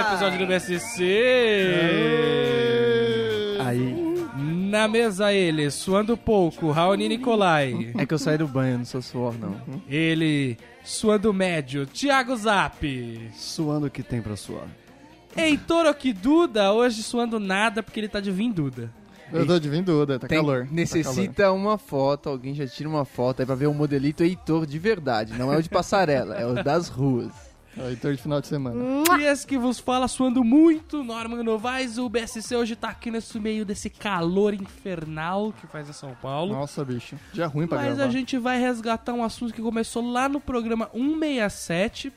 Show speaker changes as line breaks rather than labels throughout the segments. episódio do BSC.
Aí.
Na mesa ele, suando pouco, Raoni Nicolai.
É que eu saí do banho, não sou suor, não.
Ele, suando médio, Thiago Zap.
Suando o que tem pra suar.
Heitor Okiduda, hoje suando nada porque ele tá de vinduda.
Eu tô de vinduda, tá
Tem-
calor. tá
Necessita uma foto, alguém já tira uma foto aí pra ver o modelito Heitor de verdade. Não é o de passarela, é o das ruas.
calor. Aí tô tá? de final de semana.
E esse que vos fala suando muito, Norman Novaes. O BSC hoje tá aqui nesse meio desse calor infernal que faz em São Paulo.
Nossa, bicho. Dia ruim pra
Mas
gravar.
a gente vai resgatar um assunto que começou lá no programa 167,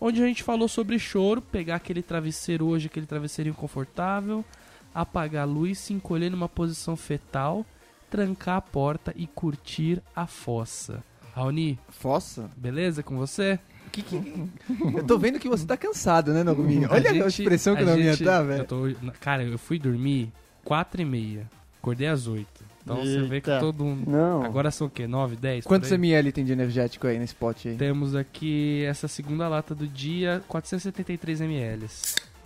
onde a gente falou sobre choro, pegar aquele travesseiro hoje, aquele travesseirinho confortável, apagar a luz, se encolher numa posição fetal, trancar a porta e curtir a fossa. Raoni,
Fossa?
beleza com você?
Que que... Eu tô vendo que você tá cansado, né, Noguminho? Olha a,
gente-
expressão que o Noguminho
gente-
tá,
eu
velho.
tô- Cara, eu fui dormir 4 e meia, acordei às 8. Então você vê que
Eita.
todo mundo...
Não.
Agora são o quê? 9, 10?
Quantos ml tem de energético aí nesse pote aí?
Temos aqui essa segunda lata do dia, 473 ml.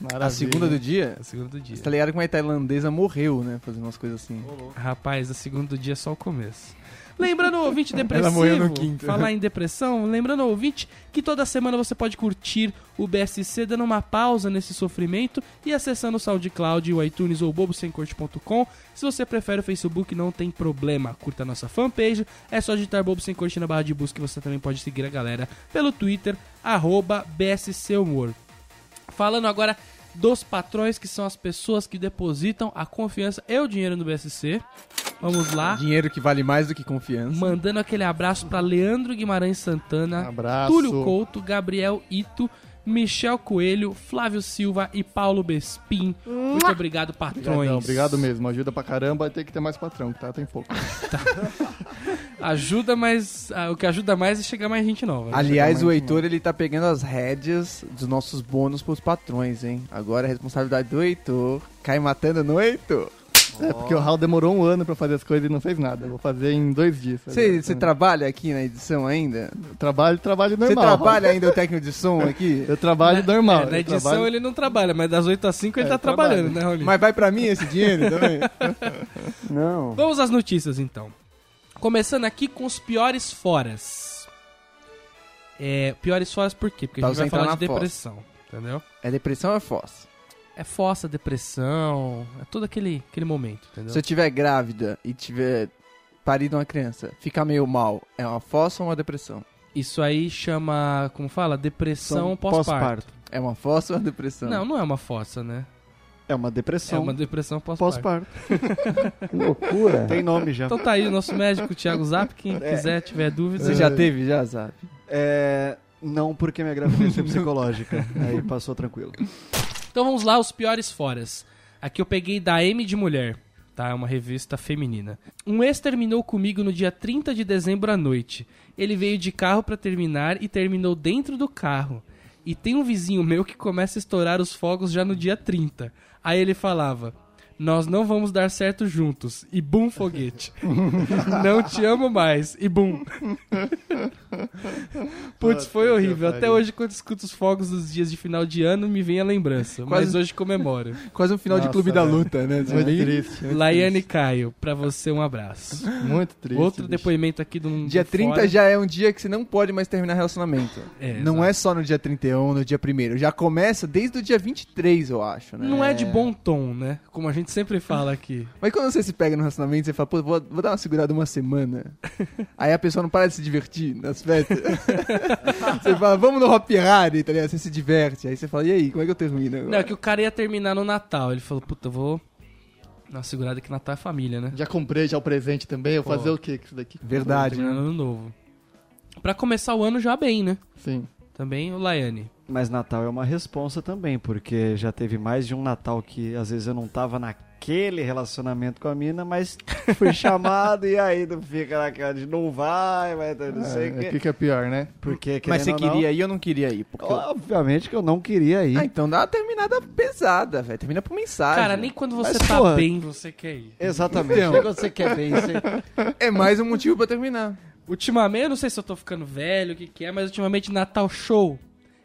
Maravilha.
A segunda do dia?
É A segunda do dia.
Você tá ligado que uma tailandesa morreu, né? Fazendo umas coisas assim.
Rapaz, a segunda do dia é só o começo. Lembrando o ouvinte depressivo,
Ela morreu no quinto.
falar em depressão, lembrando o ouvinte que toda semana você pode curtir o BSC dando uma pausa nesse sofrimento e acessando o SoundCloud, o iTunes ou bobosemcorte.com. Se você prefere o Facebook, não tem problema, curta a nossa fanpage, é só digitar Bobo Sem Corte na barra de busca e você também pode seguir a galera pelo Twitter, arroba BSC Humor. Falando agora dos patrões, que são as pessoas que depositam a confiança e o dinheiro no BSC. Vamos lá.
Dinheiro que vale mais do que confiança.
Mandando aquele abraço pra Leandro Guimarães Santana,
Abraço.
né? Túlio Couto, Gabriel Ito, Michel Coelho, Flávio Silva e Paulo Bespin. Muito obrigado, patrões.
Obrigadão, obrigado mesmo. Ajuda pra caramba. Tem que ter mais patrão, que tá? Tem pouco.
Ajuda, mas ah, o que ajuda mais é chegar mais gente nova. né?
Aliás, o Heitor, ele tá pegando as rédeas dos nossos bônus pros patrões, hein? Agora a responsabilidade do Heitor. Cai matando no Heitor.
É porque o Raul demorou um ano pra fazer as coisas e não fez nada. Eu vou fazer em dois dias.
Você
Agora.
tá-
você trabalha aqui na edição ainda?
Trabalho, trabalho
Você
normal.
trabalha ainda o técnico de som aqui?
Eu trabalho normal.
É, na
eu
edição
trabalho-
ele não trabalha, mas das 8 às 5 ele
É,
tá
trabalha.
trabalhando, né, Rolinho?
Mas vai pra mim esse dinheiro também?
Vamos às notícias então. Começando aqui com os piores foras. É, piores foras por quê? Porque
Pra
a gente
você
vai
entrar
falar de
na fossa.
depressão, entendeu?
É depressão ou é fossa?
É fossa, depressão, é todo aquele, aquele momento, entendeu?
Se eu tiver grávida e tiver parido uma criança, ficar meio mal, é uma fossa ou uma depressão?
Isso aí chama, como fala? Depressão
São
pós-parto.
É uma fossa ou uma depressão?
não, não é uma fossa, né?
É uma depressão.
É uma depressão pós-parto.
pós-parto.
Que loucura.
Tem nome já.
então tá aí o nosso médico, Thiago Zap, quem quiser, tiver dúvidas.
É. Você já teve, já, sabe?
É, não porque minha gravidez foi psicológica. Aí passou tranquilo.
Então vamos lá, os piores foras. Aqui eu peguei da M de Mulher, tá? É uma revista feminina. Um ex terminou comigo no dia 30 de dezembro à noite. Ele veio de carro pra terminar e terminou dentro do carro. E tem um vizinho meu que começa a estourar os fogos já no dia 30. Aí ele falava: Nós não vamos dar certo juntos. E bum, foguete. não te amo mais. E bum. Putz, foi horrível. Até hoje, quando escuto os fogos dos dias de final de ano, me vem a lembrança. Mas
Quase-
hoje comemoro.
Quase um final de
Nossa,
Clube da
velho.
Luta, né?
Muito triste. muito
Laiane Caio, pra você um abraço.
triste, Muito triste.
Outro
bicho.
depoimento aqui de um.
Dia
de
30
fora.
já é um dia que você não pode mais terminar relacionamento.
É,
não
exato.
é só no dia 31, no dia 1 Já começa desde o dia 23, eu acho, né?
Não é de bom tom, né? Como a gente sempre fala aqui.
Mas quando você se pega no relacionamento, você fala, pô, vou, vou dar uma segurada uma semana. Aí a pessoa não para de se divertir nas festas. você fala, vamos no Hop Harry, tá ligado? Você se diverte. Aí você fala, e aí, como é que eu termino? agora?"
Não, é que o cara ia terminar no Natal. Ele falou, puta, eu vou. dar uma segurada que Natal é família, né?
Já comprei já o presente também. Eu
Pô.
vou fazer o que com isso daqui?
Verdade.
Terminar
né?
no ano novo. Pra começar o ano já bem, né?
Sim.
Também o Laiane.
Mas Natal é uma responsa também, porque já teve mais de um Natal que às vezes eu não tava naquele relacionamento com a mina, mas fui chamado e aí não fica naquela de não vai, vai, não sei o
É, o
quê.
que que é pior, né?
Porque,
Mas você
querendo ou não,
queria ir ou não queria ir? Porque eu-
Obviamente que eu não queria ir.
Ah, então dá uma terminada pesada, velho. Termina por mensagem.
Cara, nem quando você
Mas,
tá
porra.
bem, você quer ir.
Exatamente.
Então.
Então. Você quer bem, você...
É mais um motivo pra terminar.
Ultimamente, eu não sei se eu tô ficando velho, o que que é, mas ultimamente Natal Show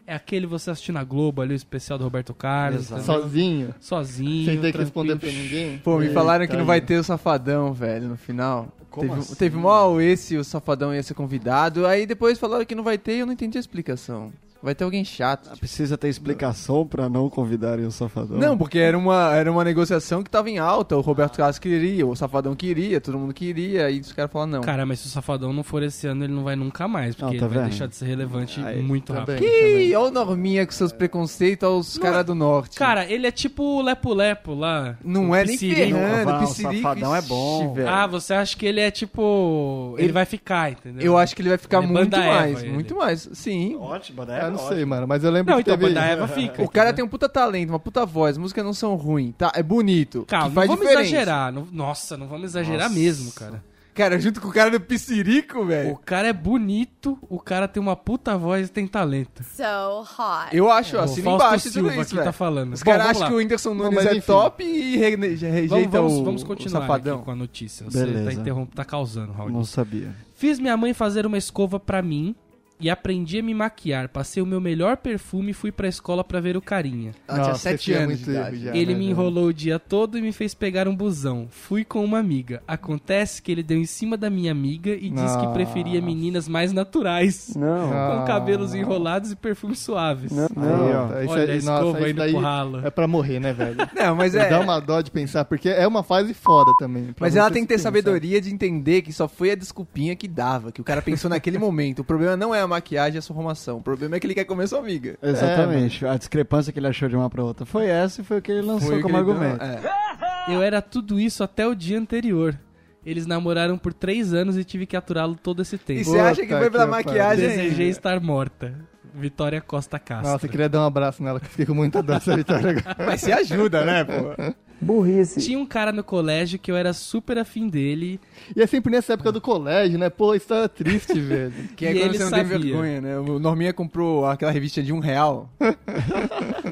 É aquele você assistir na Globo ali, o especial do Roberto Carlos.
Exato.
entendeu?
Sozinho,
Sozinho.
sem ter que
tranquilo.
responder pra ninguém.
Pô, me falaram que
Eita,
não vai ter o Safadão, velho, no final.
Como
teve, um-
assim?
teve mó esse, o Safadão ia ser convidado, aí depois falaram que não vai ter e eu não entendi a explicação. Vai ter alguém chato. tipo. então.
Precisa ter explicação pra não convidarem o Safadão.
Não, porque era uma, era uma negociação que tava em alta, o Roberto Carlos queria, o Safadão queria, todo mundo queria, aí os caras falaram não.
Cara, mas se o Safadão não for esse ano, ele não vai nunca mais, porque
Não,
ele
tá
vai
vendo?
deixar de ser relevante
Aí,
muito
tá
rápido.
bem, também.
Ih, olha o Norminha com seus preconceitos aos caras do norte.
Cara, ele é tipo o Lepo-Lepo lá.
não
o
é nem
Piscirinho.
ferrando,
Ah, o
Piscirico,
Safadão é bom.
ixi, velho.
Ah, você acha que ele é tipo. Ele,
Ele-
vai ficar, entendeu?
Eu acho que ele vai ficar
Ele é
muito
banda Eva,
mais,
ele.
muito mais. Sim.
Ótimo, né?
Ah, não sei, mano, mas eu lembro
Não,
que
então
teve...
quando a Eva fica.
O cara tem um puta talento, uma puta voz, as músicas não são ruins, tá? É bonito.
Calma,
que
não
faz
vamos
diferença.
exagerar. não- Nossa, não vamos exagerar
Nossa.
mesmo, cara.
Cara, junto com o cara do Piscirico,
O
velho.
cara é bonito, o cara tem uma puta voz e tem talento.
So hot.
Eu acho,
O
assina
Fausto
embaixo
Silva
tudo isso,
aqui
velho.
tá falando.
Os caras
Bom, vamos
acham que
lá.
o Whindersson
Não,
Nunes
mas
é
enfim.
top e regne- já
Vamos,
rejeita
vamos,
o,
vamos
o
continuar aqui
safadão.
com a notícia. Você
Beleza.
tá interrompendo, tá causando, Raul.
Não sabia.
Fiz minha mãe fazer uma escova pra mim e aprendi a me maquiar. Passei o meu melhor perfume e fui pra escola pra ver o carinha.
Ela tinha
Nossa, esse
sete
é
anos de
muito
idade.
erro já,
ele me
né, velho?
enrolou o dia todo e me fez pegar um busão. Fui com uma amiga. Acontece que ele deu em cima da minha amiga e disse que
Nossa.
preferia meninas mais naturais.
Não.
Ah.
Com
Ah.
cabelos enrolados e perfumes suaves.
Aí,
Não.
ó, isso
Olha a
aí,
escova
nossa, isso
indo
daí
pro ralo.
é pra morrer, né, velho?
Não, mas é...
Dá uma dó de pensar, porque é uma fase foda também. pra
Mas ela
você
tem que ter
pensar.
sabedoria de entender que só foi a desculpinha que dava, que o cara pensou naquele momento. O problema não é a maquiagem e a sua arrumação. O problema é que ele quer comer sua amiga.
Exatamente. a discrepância que ele achou de uma pra outra foi essa e foi o que ele lançou
Foi o que
como
ele deu-
argumento.
é.
Eu era tudo isso até o dia anterior. Eles namoraram por três anos e tive que aturá-lo todo esse
E
tempo.
você acha que
Puta
foi pela
que
maquiagem?
Desejei estar morta. Vitória Costa Castro.
Nossa, eu queria dar um abraço nela, que eu fiquei com muita dó tá essa vitória agora.
Mas se ajuda, né, pô?
Burrice.
Tinha um cara no colégio que eu era super afim dele.
E é sempre nessa época do colégio, né? Pô, história triste, velho.
Que é
E
quando
ele
você não
sabia.
tem vergonha, né? O Norminha comprou aquela revista de um real.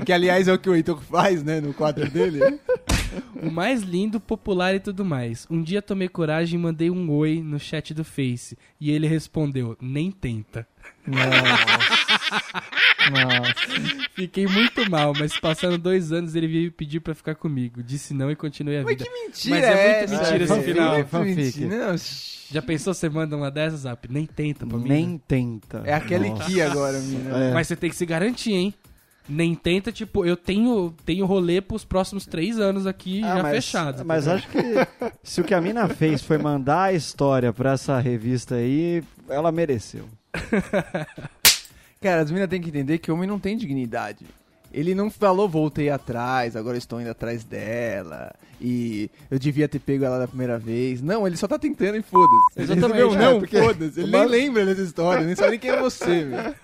que, aliás, é o que o Heitor faz, né? No quadro dele.
O mais lindo, popular e tudo mais. Um dia tomei coragem e mandei um oi no chat do Face. E ele respondeu, nem tenta. Fiquei muito mal, mas passaram dois anos ele veio pedir pra ficar comigo. Disse não e continuei a
Mas
vida.
que mentira
Mas é muito
essa,
mentira esse
velho?
final.
Muito
Fanfic.
mentira. Não, shh.
Já pensou você manda uma dessas, Zap? Nem tenta pra mim. né?
Nem tenta.
é aquele
Nossa.
que agora, menina.
É.
Mas você tem que se garantir, hein? Nem tenta, tipo, eu tenho, tenho rolê pros próximos três anos aqui
Ah,
já
mas,
fechado.
Mas acho que se o que a mina fez foi mandar a história pra essa revista aí, ela mereceu.
Cara, as meninas têm que entender que o homem não tem dignidade. Ele não falou, voltei atrás, agora estou indo atrás dela, e eu devia ter pego ela da primeira vez. Não, ele só tá tentando e foda-se. Ele
Exatamente,
recebeu um
é,
não,
porque-
foda-se. Ele nem lembra dessa história, nem sabe nem quem é você, velho.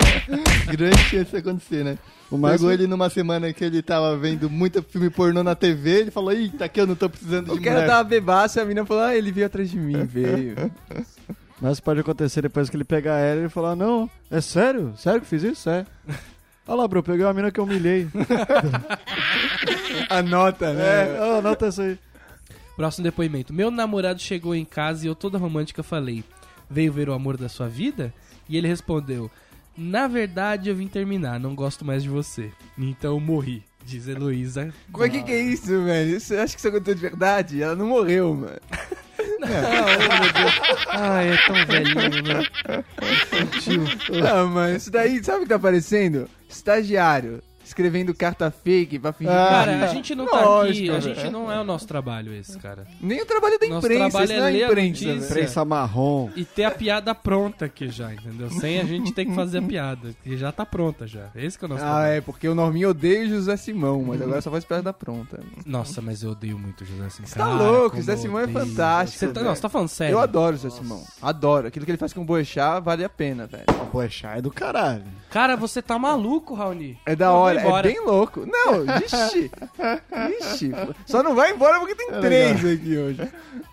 Grande chance de acontecer, né?
O
Pegou
máximo-
ele numa semana que ele tava vendo muito filme pornô na TV, ele falou, eita, aqui eu não né? tô precisando de
O cara
mulher.
tava bebaço e a menina falou, ah, ele veio atrás de mim, veio.
Mas pode acontecer depois que ele pegar ela e ele falar: Não, é sério? Sério que fiz isso? É. Olha lá, bro, peguei uma mina que eu humilhei.
Anota,
É,
né?
ó, anota isso aí.
Próximo depoimento. Meu namorado chegou em casa e eu toda romântica falei: "Veio ver o amor da sua vida?" E ele respondeu: "Na verdade, eu vim terminar, não gosto mais de você. Então eu morri." Diz Heloísa.
Como é que, que é isso, velho? Isso- Acha que isso aconteceu de verdade? Ela não morreu, mano.
É.
Ah, é tão velhinho, né?
Não, mano, isso daí, sabe o que tá aparecendo? Estagiário. Escrevendo carta fake pra fingir
Ah,
que-
Cara, a gente não tá aqui,
Lógico,
a
velho.
né?
gente não é o nosso trabalho esse, cara.
Nem o trabalho da
Nosso
imprensa,
trabalho
isso
é
não é
ler a
imprensa.
notícia.
velho.
Prensa marrom.
E ter a piada pronta aqui já, entendeu? Sem a gente ter que fazer a piada, que já tá pronta já. Esse que é o nosso
Ah,
trabalho.
é, porque o Norminho odeia o José Simão, mas agora só faz piada da pronta.
Nossa, mas eu odeio muito o José assim. Simão.
Você tá louco, o José Simão é fantástico.
Você tá, não,
velho.
você tá falando sério.
Eu adoro o José Simão. Adoro. Aquilo que ele faz com o Boechat vale a pena, velho.
Boechat é do caralho.
Cara, você tá maluco, Raoni.
É da
Eu vou
hora, é
embora.
bem louco. Não, vixi. Vixi. Só não vai embora porque tem três aqui hoje.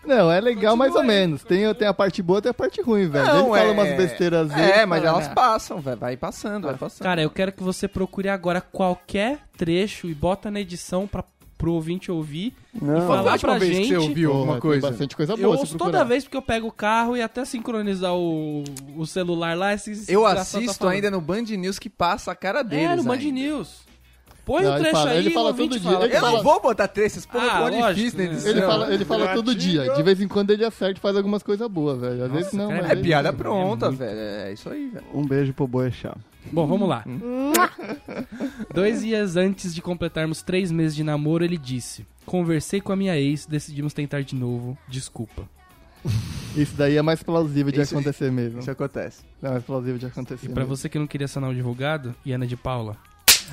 Não, é legal mais ou
Continua aí.
menos. Tem, tem a parte boa, tem a parte ruim, velho.
Não,
ele fala
é-
umas besteiras né?
É, mas elas passam, velho. Vai passando, vai passando.
Cara, eu quero que você procure agora qualquer trecho e bota na edição pra pro ouvinte ouvir.
Não.
falar
Foi a
pra
última vez que você
gente-
ouviu alguma
Porra,
coisa.
Tem bastante coisa
eu
boa. se
ouço
procurar.
toda vez porque eu pego o carro e até sincronizar o, o celular lá. Esse
Eu
desgraçado tá
assisto
falando.
ainda no Band News que passa a cara deles.
É, no Band
ainda.
News. Põe
Não,
o
ele
trecho
fala-
aí,
ele
o
fala
ouvinte
todo dia,
fala.
Eu
ele
Eu-
não
fala-
vou botar trecho, esse porra
Ah,
ficou
lógico,
difícil na
né?
edição.
Ele fala, ele fala todo dia. De vez em quando ele acerta e faz algumas coisas boas, velho. Às vezes não.
cara,
às
É
vezes
piada
não.
pronta,
É muito.
velho. É isso aí, velho.
Um beijo pro Boechat.
Bom, vamos lá. Dois dias antes de completarmos três meses de namoro, ele disse: Conversei com a minha ex, decidimos tentar de novo. Desculpa.
Isso daí é mais plausível de
Isso-
acontecer mesmo.
Isso acontece.
É mais plausível de
E
acontecer.
pra
mesmo.
você que não queria assinar o divulgado, e Ana de Paula.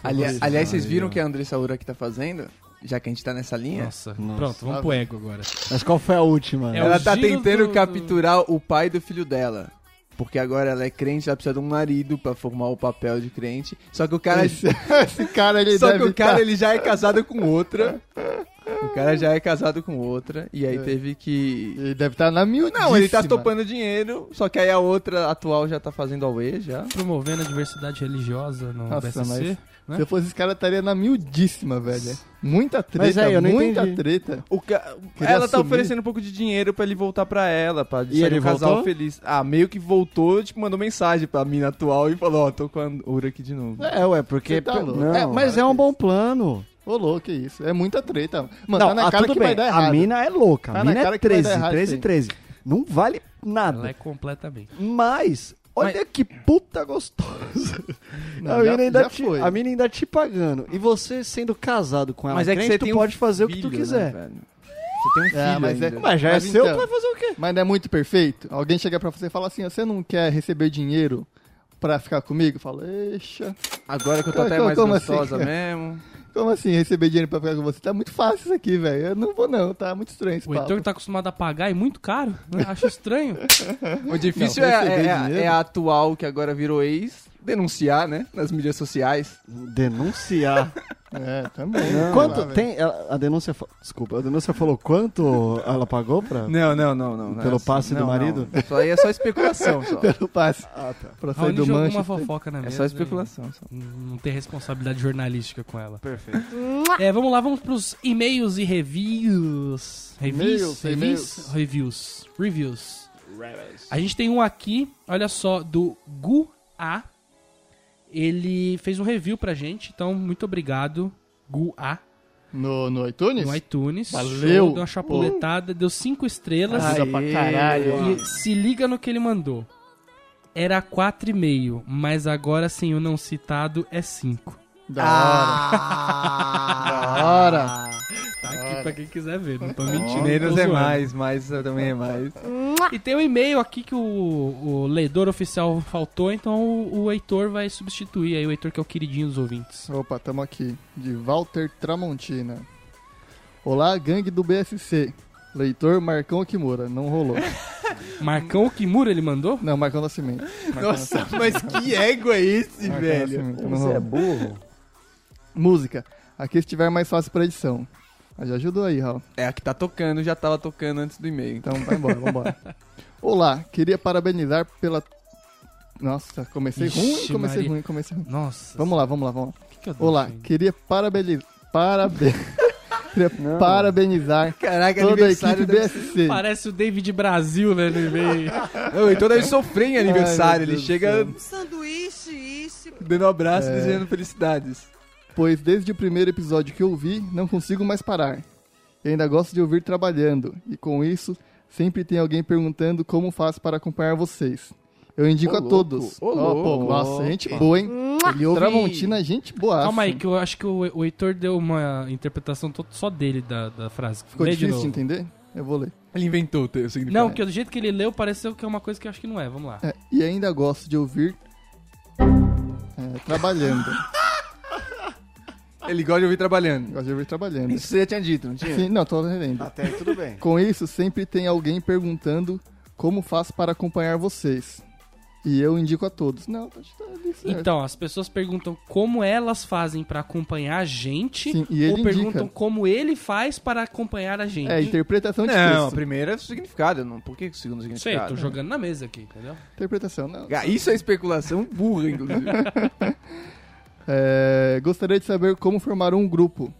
Ali-
Nossa,
aliás, vocês
aí,
viram
ó.
o que a Andressa Ura aqui tá fazendo? Já que a gente tá nessa
É.
linha.
Nossa.
Nossa.
Pronto, vamos pro ego agora.
Mas qual foi a última?
É
ela
o
tá
giro
tentando
do- do-
capturar o pai do filho dela. Porque agora ela é crente, ela precisa de um marido pra formar o papel de crente. Só que o cara.
Esse, esse cara, ele
Só
deve
que o cara
tá-
ele já é casado com outra. O cara já é casado com outra. E aí
É.
teve que.
Ele deve estar na mil.
Não, ele tá topando dinheiro. Só que aí a outra atual já tá fazendo away já.
Promovendo a diversidade religiosa no
Nossa,
BSC. né?
Se eu fosse esse cara, estaria na miudíssima, velho. Muita treta,
Mas aí, eu não
muita
entendi.
treta.
é, O ca-
Queria
Ela tá
assumir.
oferecendo um pouco de dinheiro pra ele voltar pra ela, pra sair
ele
um casal
voltou?
feliz. Ah, meio que voltou, tipo, mandou mensagem pra mina atual e falou, ó, tô com a Ura aqui de novo.
É, ué, porque.
Você tá louco.
Não,
É,
mas
mas
é
é
um bom plano.
Ô, louco, que isso. É muita treta. Mano, tá
Não,
na
ah,
cara
tudo
que
bem.
vai dar
A
errado.
mina é louca. A
Tá na
mina é
cara que vai dar
13,
errado,
13,
sim.
13. Não vale
Ela
nada.
é completamente.
Mas, olha que puta gostosa.
Não,
a, mina
já-
ainda
já
te,
foi.
a mina ainda te pagando. E você sendo casado com ela,
Mas é que
crente,
você
tu
tem um
pode fazer o que
Filho,
tu quiser.
Né, velho? Você tem um filho
É, mas é-
ainda.
Mas já é
Mas
seu,
então-
tu vai fazer o quê?
Mas não é muito perfeito? Alguém chega pra você e fala assim, você não quer receber dinheiro pra ficar comigo? Fala, eixa,
Agora que eu tô até
Como-
mais
como
gostosa
assim?
mesmo.
como assim receber dinheiro pra ficar com você? Tá muito fácil isso aqui, velho. Eu não vou não, tá muito estranho esse
O Heitor
papo.
que tá acostumado a pagar é muito caro. né? Acho estranho.
O difícil
Não,
é, é-
receber
é-
dinheiro.
é a atual que agora virou ex, denunciar, né? Nas mídias sociais.
Denunciar.
É, também.
quanto
Sei lá,
tem. ela- a denúncia. fa- Desculpa, a denúncia falou quanto ela pagou pra.
Não, não, não, não. não
Pelo
é assim.
passe do
Não,
marido?
não. Isso aí é só especulação, só.
velho. Pelo passe.
Ah, tá.
Pra sair
Raoni
do
jogou uma
mancha.
fofoca na mesa. né?
É só
e
especulação, só.
Não tem responsabilidade jornalística com ela.
Perfeito.
É, vamos lá, vamos pros e-mails e reviews. Reviews?
E-mails,
Reviews? Reviews. Reviews. A gente tem um aqui, olha só, do Gu A. Ele fez um review pra gente, então muito obrigado, Gu A,
No, no iTunes?
no iTunes.
Valeu.
Deu uma chapuletada, deu cinco estrelas.
Ajuda pra
Aê.
caralho.
E se liga no que ele mandou. Era 4,5, mas agora sem o não citado é 5.
Da
Ah,
hora. Da hora.
Tá aqui pra quem quiser ver, não tô mentindo.
Mineiros
não tô
é
zoando.
mais, mas também é mais.
E tem um e-mail aqui que o, o leitor oficial faltou, então o, o Heitor vai substituir aí, o Heitor que é o queridinho dos ouvintes.
Opa, tamo aqui. De Walter Tramontina. Olá, gangue do BSC. Leitor Marcão Kimura. Não rolou.
Marcão Kimura ele mandou?
Não, Marcão Nascimento.
Nossa, mas que ego é esse,
Marcão
velho?
Nascimento, não
Você é
rolou.
burro?
Música. Aqui estiver mais fácil pra edição. Ah, já ajudou aí, Raul.
É a que tá tocando, já tava tocando antes do e-mail. Então,
Então vai embora, vambora. Olá, queria parabenizar pela. Nossa, comecei
Ixi,
ruim, comecei
Maria.
ruim, comecei ruim.
Nossa.
Vamos lá, vamos lá, vamos lá.
o que, que eu dou
Olá,
pra ele?
queria parabenizar. Paraben... queria
Não.
parabenizar
caraca,
toda a equipe
aniversário da...
BSC.
Parece o David Brasil, né, no e-mail.
Tá
Não, então deve sofrer em aniversário.
Ai, meu
ele
Deus
chega
do
sanduíche, isso.
dando um abraço e
É.
desejando felicidades.
Pois desde o primeiro episódio que ouvi, não consigo mais parar. E ainda gosto de ouvir trabalhando, e com isso, sempre tem alguém perguntando como faço para acompanhar vocês. Eu indico
Ô,
a
louco,
todos.
ô,
Ó,
louco.
pô, nossa, gente boa, hein?
Ele ouve-
Tramontina, gente boa.
Calma aí, que eu acho que o, o Heitor deu uma interpretação to- só dele da, da frase.
Ficou
Lê de
difícil de,
novo.
entender? Eu vou ler.
Ele inventou o teu significado.
Não, que do jeito que ele leu, pareceu que é uma coisa que eu acho que não é. Vamos lá.
É, e ainda gosto de ouvir. é, trabalhando.
Ele gosta de ouvir trabalhando.
gosto de ouvir trabalhando.
Isso você já tinha dito, não tinha?
Sim, não, tô lendo.
Até aí, tudo bem.
Com isso, sempre tem alguém perguntando como faço para acompanhar vocês. E eu indico a todos. Não, tá, tá ali certo.
Então, as pessoas perguntam como elas fazem pra acompanhar a gente
Sim, e ele
ou um perguntam
indica.
como ele faz para acompanhar a gente.
É, interpretação de
Não, a
texto.
primeira é o significado. Não. Por que o segundo
Não sei,
significado?
tô jogando na mesa aqui, entendeu?
Interpretação, não.
Ah, Isso é especulação burra, inclusive.
É, gostaria de saber como formar um grupo.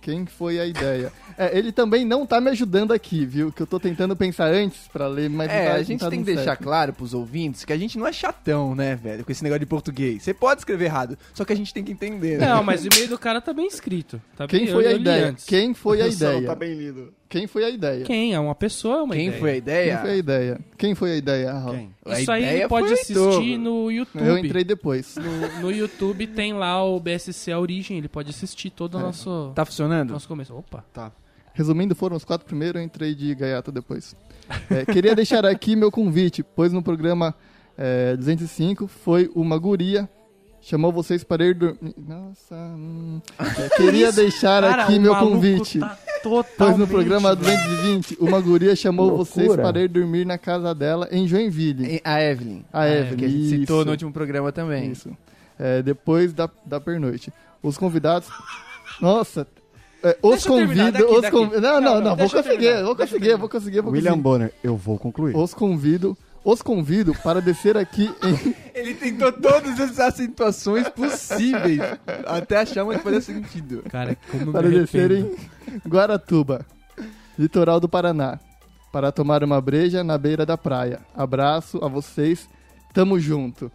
Quem foi a ideia? É, ele também não tá me ajudando aqui, viu? Que eu tô tentando pensar antes pra ler, mas não
É,
tá-
a
não
gente
tá
tem que
dando
deixar
certo.
claro pros ouvintes que a gente não é chatão, né, velho, com esse negócio de português. Você pode escrever errado, só que a gente tem que entender. né?
Não, mas o e-mail do cara tá bem escrito. Tá
Quem
bem,
foi
eu,
a
eu li
ideia?
antes.
Quem foi a
Pessoal,
ideia?
Tá bem lido.
Quem foi a ideia?
Quem? É uma pessoa, é uma
Quem
ideia.
foi a
Quem
ideia?
foi a ideia? Quem foi a ideia, Raul?
Quem?
A
Isso aí
ideia
ele pode
foi o Heitor.
assistir no YouTube.
Eu entrei depois.
No, no YouTube tem lá o BSC A Origem, ele pode assistir todo
É.
o nosso,
Tá funcionando?
nosso começo. Opa.
Resumindo, foram os quatro primeiros, eu entrei de gaiato depois. É, queria deixar aqui meu convite, pois no programa é, 205 foi uma guria chamou vocês para ir dormir. Nossa, hum. É, queria deixar
Cara,
aqui
o
meu
maluco
convite.
tá
Pois no
totalmente,
programa
velho.
220, uma guria chamou
Loucura.
vocês para ir dormir na casa dela em Joinville.
A Evelyn.
A Evelyn.
É, Que a gente citou
isso,
no último programa também.
Isso. É, depois da, da pernoite. Os convidados. Nossa! é, os
Deixa eu terminar,
convido.
daqui,
Os
daqui.
convi...
Não,
Não, não,
não,
não. vou
deixa eu
conseguir,
terminar,
vou
deixa eu
conseguir, vou conseguir, vou
William
conseguir.
Bonner, eu vou concluir.
Os convido. Os convido para descer aqui em.
Ele tentou todas as acentuações possíveis, até achar uma que fazia sentido.
Cara, é como
para
me
descer
arrependo.
em Guaratuba, litoral do Paraná. Para tomar uma breja na beira da praia. Abraço a vocês. Tamo junto.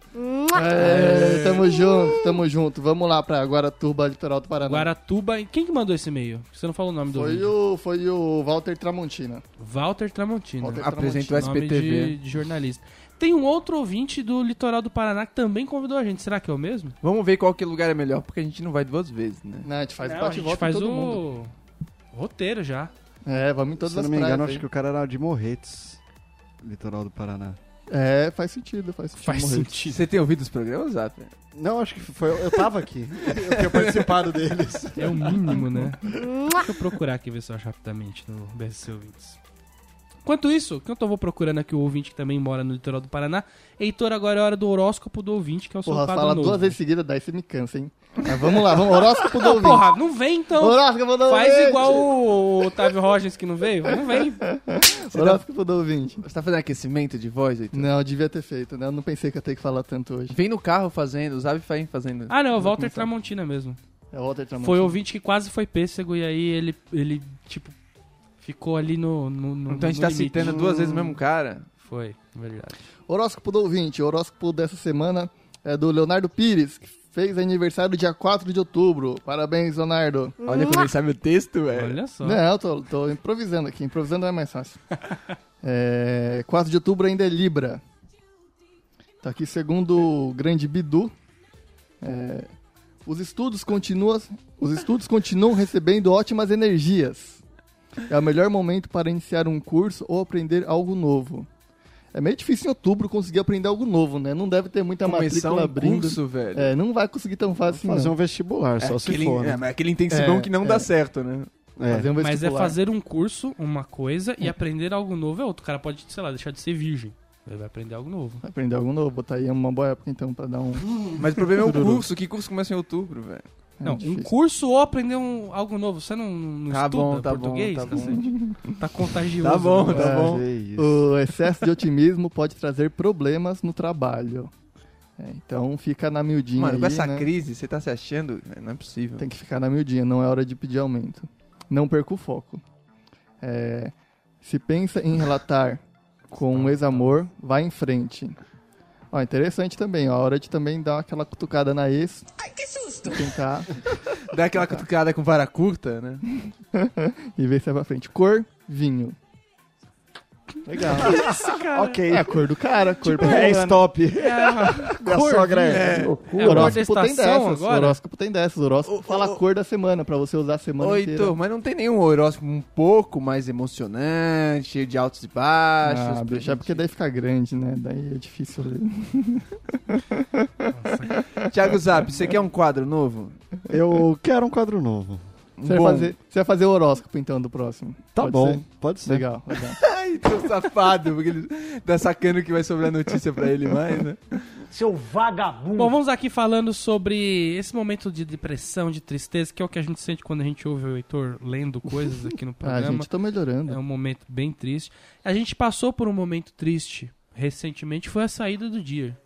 É, tamo junto, tamo junto. Vamos lá pra Guaratuba, litoral do Paraná.
Guaratuba. e Quem que mandou esse e-mail? Você não falou o nome do
Foi
ouvinte.
o, foi o Walter Tramontina.
Walter Tramontina.
Walter
Apresenta o
Nome de,
SPTV.
de jornalista. Tem um outro ouvinte do Litoral do Paraná que também convidou a gente. Será que é o mesmo?
Vamos ver qual que lugar é melhor, porque a gente não vai duas vezes, né?
Não, a gente faz
Não,
bate
É, a gente
volta
faz
em todo
o
mundo.
roteiro já.
É, vamos em todas
Se eu
as
não me
praias,
engano, acho
hein?
que o cara era de Morretes, litoral do Paraná.
É, faz sentido, faz sentido.
Faz
morrer.
sentido.
Você tem ouvido os programas, Zap?
Não, acho que foi. Eu tava aqui. Eu tinha participado deles.
É o mínimo, né? Deixa eu procurar aqui ver se eu acho rapidamente no BSC Ouvintes. Enquanto isso, que eu tô vou procurando aqui o ouvinte que também mora no litoral do Paraná. Heitor, agora é hora do horóscopo do ouvinte, que é o seu
Porra,
quadro
fala
novo.
duas vezes seguida, daí você me cansa, hein? Mas vamos lá, vamos. Horóscopo do
Não,
ouvinte.
porra, não vem então.
Horóscopo do
Faz
ouvinte.
igual o Otávio Rogers que não veio. Não vem.
Horóscopo do ouvinte.
Você tá fazendo aquecimento de voz, Heitor?
um Não, eu devia ter feito, né? Eu não pensei que ia ter que falar tanto hoje.
Vem no carro fazendo, o Zap vai fazendo.
Ah, não, o
Vou
Walter
começar.
Tramontina mesmo.
É Walter Tramontina.
Foi o ouvinte que quase foi pêssego e aí ele, ele tipo, ficou ali no. no, no
então a gente
no
tá
limite.
citando duas vezes o mesmo cara.
Foi, verdade.
Horóscopo do ouvinte. O horóscopo dessa semana é do Leonardo Pires, que fez aniversário dia 4 de outubro. Parabéns, Leonardo.
Olha como ele sabe o texto, velho.
Olha só.
Não, eu tô, tô improvisando aqui. Improvisando é mais fácil. É, 4 de outubro ainda é Libra. Tá aqui segundo o grande Bidu. É, os, estudos continuam, os estudos continuam recebendo ótimas energias. É o melhor momento para iniciar um curso ou aprender algo novo. É meio difícil em outubro conseguir aprender algo novo, né? Não deve ter muita
Começar
matrícula
um
abrindo.
curso, velho.
É, não vai conseguir tão fácil,
Fazer
não.
um vestibular, só se
aquele,
for.
é,
Né?
mas aquele intensivão
É,
que não
é.
dá certo, né?
É.
Fazer um
Mas é
vestibular.
fazer um curso, uma coisa, e aprender algo novo é outro. O cara pode, sei lá, deixar de ser virgem. Ele vai aprender algo novo.
Vai Aprender algo novo, botar aí uma boa época então pra dar um.
Mas o problema é o
Jururu.
curso, que curso começa em outubro, velho.
É
não, um
difícil.
curso ou aprender um- algo novo. Você não, não
Tá
estuda
bom, tá bom,
português,
tá bom.
cacete? Tá contagioso.
Tá bom,
né?
tá bom.
É isso.
O excesso de otimismo pode trazer problemas no trabalho. É, então fica na miudinha.
Mano, com
aí,
essa
né?
crise, você tá se achando? Não é possível.
Tem que ficar na miudinha, não é hora de pedir aumento. Não perca o foco. É, se pensa em relatar com um ex-amor, vá em frente. Ó, interessante também, ó, a hora de também dar aquela cutucada na ex. Ai, que susto! Tentar
Dá aquela cutucada com vara curta, né?
e ver se vai pra frente. Cor, vinho. Legal.
Ok.
É a cor do cara, cor do cara.
É, stop. Minha sogra é.
Que
É, o
loucura.
Agora-
horóscopo tem
estação
dessas. O
agora?
horóscopo tem dessas. O horóscopo
Ô,
fala
ô,
a cor da semana pra você usar a semana
Ô,
inteira.
Heitor, mas não tem nenhum horóscopo um pouco mais emocionante, cheio de altos e baixos.
Ah,
pra
deixar
gente-
porque daí fica grande, né? Daí é difícil ler.
Thiago Zap, você quer um quadro novo?
Eu quero um quadro novo.
Um
Você vai, fazer, você vai fazer o horóscopo então do próximo.
Tá
Pode
bom,
ser?
pode ser.
Legal, legal.
Ai, teu safado, porque ele tá sacando que vai sobrar notícia pra ele mais, né?
Bom, vamos aqui falando sobre esse momento de depressão, de tristeza, que é o que a gente sente quando a gente ouve o Heitor lendo coisas aqui no
Ah,
programa.
gente, tô melhorando.
É um momento bem triste. A gente passou por um momento triste recentemente, foi a saída do dia.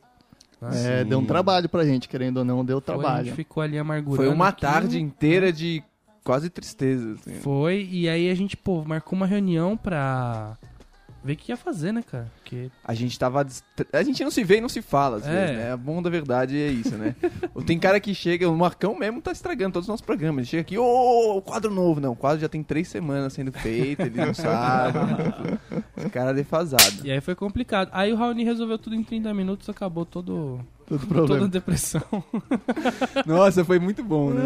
É, deu um trabalho pra gente, querendo ou não, deu
Então, A gente
trabalho.
ficou ali amargurado.
Foi uma tarde inteira de quase tristeza. assim.
Foi, e aí a gente, pô, marcou uma reunião pra ver o que ia fazer, né, cara? Porque
A gente tava. distra- A gente não se vê e não se fala, às
É.
vezes, né? A bom da verdade é isso, né? Tem cara que chega, o Marcão mesmo tá estragando todos os nossos programas. Ele chega aqui, ô, o quadro novo. Não, o quadro já tem três semanas sendo feito, ele não sabe. Esse cara é defasado.
E aí foi complicado. Aí o Raoni resolveu tudo em 30 minutos, acabou todo,
Todo
toda a
problema.
depressão.
Nossa, foi muito bom, né?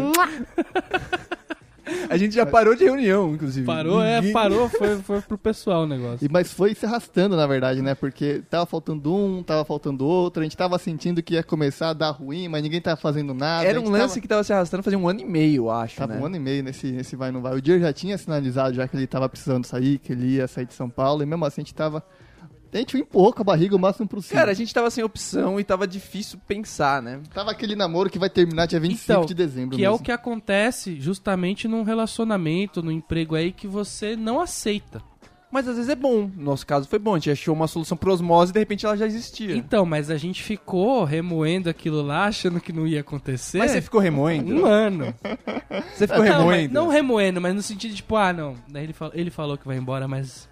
A gente já parou de reunião, inclusive.
Parou, é,
Ninguém-
parou, foi, foi pro pessoal o negócio.
E, mas foi se arrastando, na verdade, né? Porque tava faltando um, tava faltando outro, a gente tava sentindo que ia começar a dar ruim, mas ninguém tava fazendo nada.
Era um lance que tava se arrastando fazia um ano e meio, eu acho.
Tava
né?
um ano e meio nesse, nesse vai não vai. O Dier já tinha sinalizado já que ele tava precisando sair, que ele ia sair de São Paulo, e mesmo assim a gente tava. A gente empurrou com a barriga o máximo possível.
Cara, a gente tava sem opção e tava difícil pensar, né?
Tava aquele namoro que vai terminar dia 25
Então,
de dezembro.
Que é
mesmo.
o que acontece justamente num relacionamento, num emprego aí que você não aceita.
Mas às vezes é bom. No nosso caso foi bom. A gente achou uma solução por osmose e de repente ela já existia.
Então, mas a gente ficou remoendo aquilo lá, achando que não ia acontecer.
Mas você ficou remoendo?
um ano.
Você ficou
Não, mas-
remoendo?
não remoendo, mas no sentido de, tipo, ah, não. Daí ele, falou- ele falou que vai embora, mas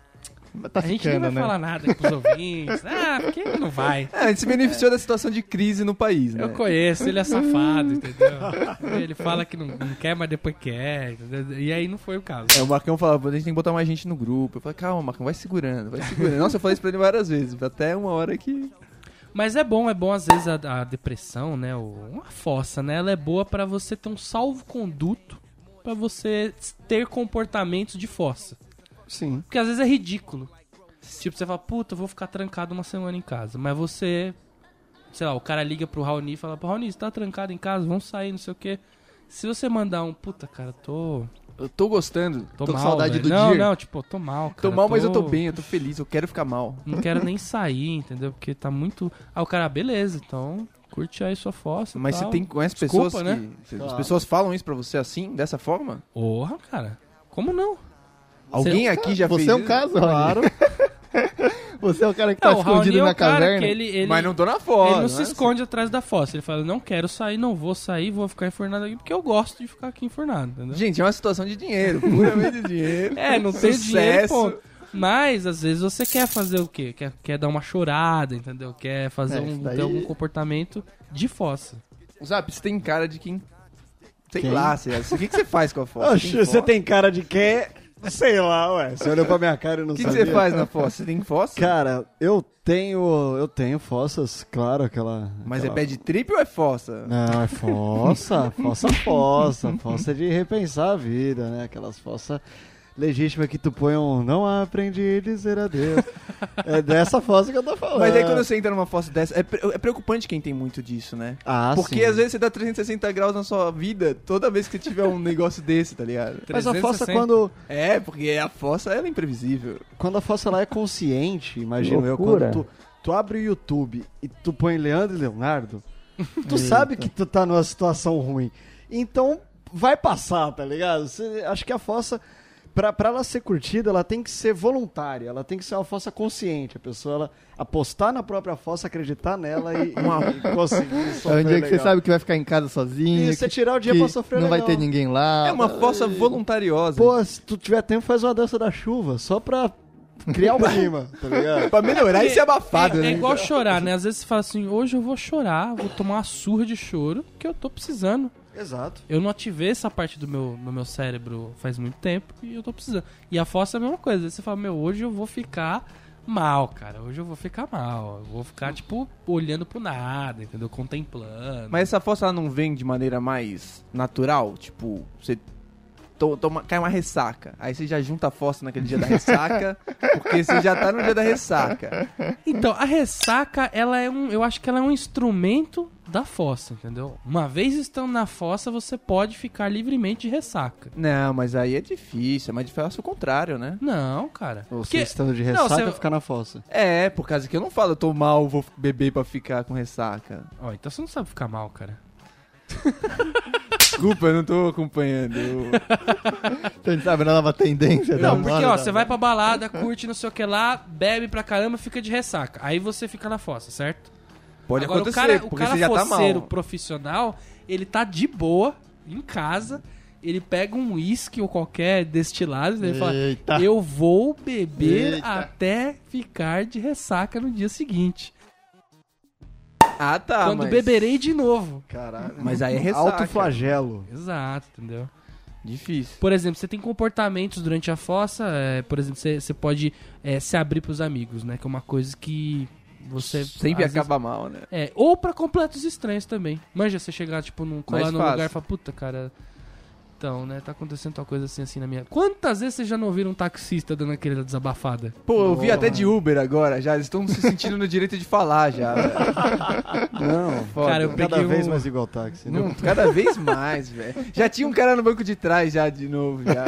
Tá
a gente nem vai
né?
falar nada aqui pros ouvintes. Ah, porque não vai.
É, a gente se beneficiou da situação de crise no país, né?
Eu conheço, ele é safado, entendeu? Ele fala que não, não quer, mas depois quer, entendeu? E aí não foi o caso.
É, o Marcão falava, a gente tem que botar mais gente no grupo. Eu falei, calma, Marcão, vai segurando, vai segurando. Nossa, eu falei isso pra ele várias vezes, até uma hora que.
Mas é bom, é bom às vezes a, a depressão, né? o- Uma fossa, né? Ela é boa pra você ter um salvo-conduto pra você ter comportamentos de fossa.
Sim.
Porque às vezes é ridículo. Tipo, você fala, puta, eu vou ficar trancado uma semana em casa. Mas você, sei lá, o cara liga pro Raoni e fala, pô, Raoni, você tá trancado em casa, vamos sair, não sei o quê. Se você mandar um, puta, cara, tô.
Eu tô gostando.
Tô,
Tô com
mal.
saudade
velho."
do
não,
Dir.
não, tipo, tô mal, cara.
Tô mal, mas eu tô bem, eu tô feliz, eu quero ficar mal.
Não quero nem sair, entendeu? Porque tá muito. Ah, o cara, beleza, então curte aí sua fossa. e
Mas você tá
tal.
tem conhece
Desculpa,
pessoas
né?
que. cê- As
Claro.
pessoas falam isso pra você assim, dessa forma?
Porra, cara. Como não?
Alguém aqui já
Você
fez
é um
isso?
caso, claro. Você é o cara que tá
Não, o Raoni
escondido
é
na
um cara que
caverna.
ele, ele,
Mas não é assim. tô na né? foto.
ele não se esconde atrás da fossa. Ele fala, não quero sair, não vou sair, vou ficar enfornado aqui, porque eu gosto de ficar aqui enfornado, entendeu?
Gente, é uma situação de dinheiro, puramente de dinheiro.
É, não tem dinheiro,
Sucesso.
ponto. Mas, às vezes, você quer fazer o quê? Quer, quer dar uma chorada, entendeu? Quer fazer
É,
um,
isso daí-
ter algum comportamento de fossa.
Zap, você tem cara de quem. Sei
Quem?
lá, César. o que, que você faz com a foto?
Oxe, você
foto?
tem cara de quê? Sei lá, ué. assim, Você olhou pra minha cara e não
O que, que
sabia.
você faz na fossa? Você tem fossa?
Cara, eu tenho. Eu tenho fossas, claro, aquela.
Mas é
aquela...
bad trip ou é fossa?
Não, é fossa, fossa, fossa, fossa de repensar a vida, né? Aquelas fossas legítimas que tu põe um não aprendi a dizer adeus. É dessa fossa que eu tô falando.
Mas aí quando você entra numa fossa dessa, é, pre- é preocupante quem tem muito disso, né?
Ah,
Porque
sim.
às vezes você dá 360 graus na sua vida toda vez que você tiver um negócio desse, tá ligado?
Mas a fossa
360.
quando,
É, porque a fossa ela é imprevisível.
quando a fossa lá é consciente, imagino eu,
Loucura.
quando tu, tu abre o YouTube e tu põe Leandro e Leonardo, tu sabe que tu tá numa situação ruim. Então vai passar, tá ligado? Você- acho que a fossa, pra, pra ela ser curtida, ela tem que ser voluntária, ela tem que ser uma fossa consciente. A pessoa ela apostar na própria fossa, acreditar nela e, e conseguir
É um
sofrer
dia que você
legal.
sabe que vai ficar em casa sozinho.
E você
que-
tirar o dia
que
pra sofrer
Não vai
legal.
ter ninguém lá.
É uma fossa voluntariosa.
Ah, Pô, se tu tiver tempo, faz uma dança da chuva, só pra criar o clima, tá ligado?
pra melhorar e ser abafado,
é,
né?
é igual chorar, né? Às vezes você fala assim, hoje eu vou chorar, vou tomar uma surra de choro, que eu tô precisando.
Exato.
Eu não ativei essa parte do meu, do meu cérebro faz muito tempo e eu tô precisando. E a fossa é a mesma coisa. Aí você fala, meu, hoje eu vou ficar mal, cara. Hoje eu vou ficar mal. Eu vou ficar, tipo, olhando pro nada, entendeu? Contemplando.
Mas essa fossa ela não vem de maneira mais natural? Tipo, você to- toma, cai uma ressaca. Aí você já junta a fossa naquele dia da ressaca, porque você já tá no dia da ressaca.
Então, a ressaca, ela é um. Eu acho que ela é um instrumento da fossa, entendeu? Uma vez estando na fossa, você pode ficar livremente de ressaca.
Não, mas aí é difícil, é mais difícil o contrário, né?
Não, cara.
Ou
Porque-
você estando de
Não,
ressaca,
você-
ficar na fossa.
É, por causa que eu não falo, eu tô mal, vou beber pra ficar com ressaca.
Ó, então você não sabe ficar mal, cara.
Desculpa, eu não tô acompanhando. Eu-
Então, sabe, na nova tendência. né? da
Não, porque,
moda,
ó,
da-
você vai pra balada, curte não sei o que lá, bebe pra caramba, fica de ressaca. Aí você fica na fossa, certo?
Pode
Agora,
acontecer,
o cara, o
porque tá
cara
você já tá
fosseiro
mal.
profissional, ele tá de boa, em casa, ele pega um uísque ou qualquer destilado e ele fala:
Eita.
Eu vou beber
Eita.
até ficar de ressaca no dia seguinte.
Ah, tá.
quando
mas...
beberei de novo.
Caralho.
Mas aí é ressaca.
Alto flagelo.
Exato, entendeu?
Difícil.
Por exemplo, você tem comportamentos durante a fossa, é, por exemplo, você, você pode é, se abrir pros amigos, né? Que é uma coisa que você.
Sempre
às vezes-
acaba mal, né?
É, ou pra completos estranhos também. Manja, você chegar, tipo, num, colar
Mais
num
fácil.
lugar e falar, puta, cara. Então, né? Tá acontecendo tal coisa assim, assim na minha. Quantas vezes você já não ouviu um taxista dando aquela desabafada?
Pô, eu vi
Boa.
até de Uber agora já. Eles estão se sentindo no direito de falar já. velho.
Não.
Foda.
Cara, eu-
Cada
peguei
vez
um-
mais igual táxi. né?
Não, cada vez mais, velho. Já tinha um cara no banco de trás já de novo. Já.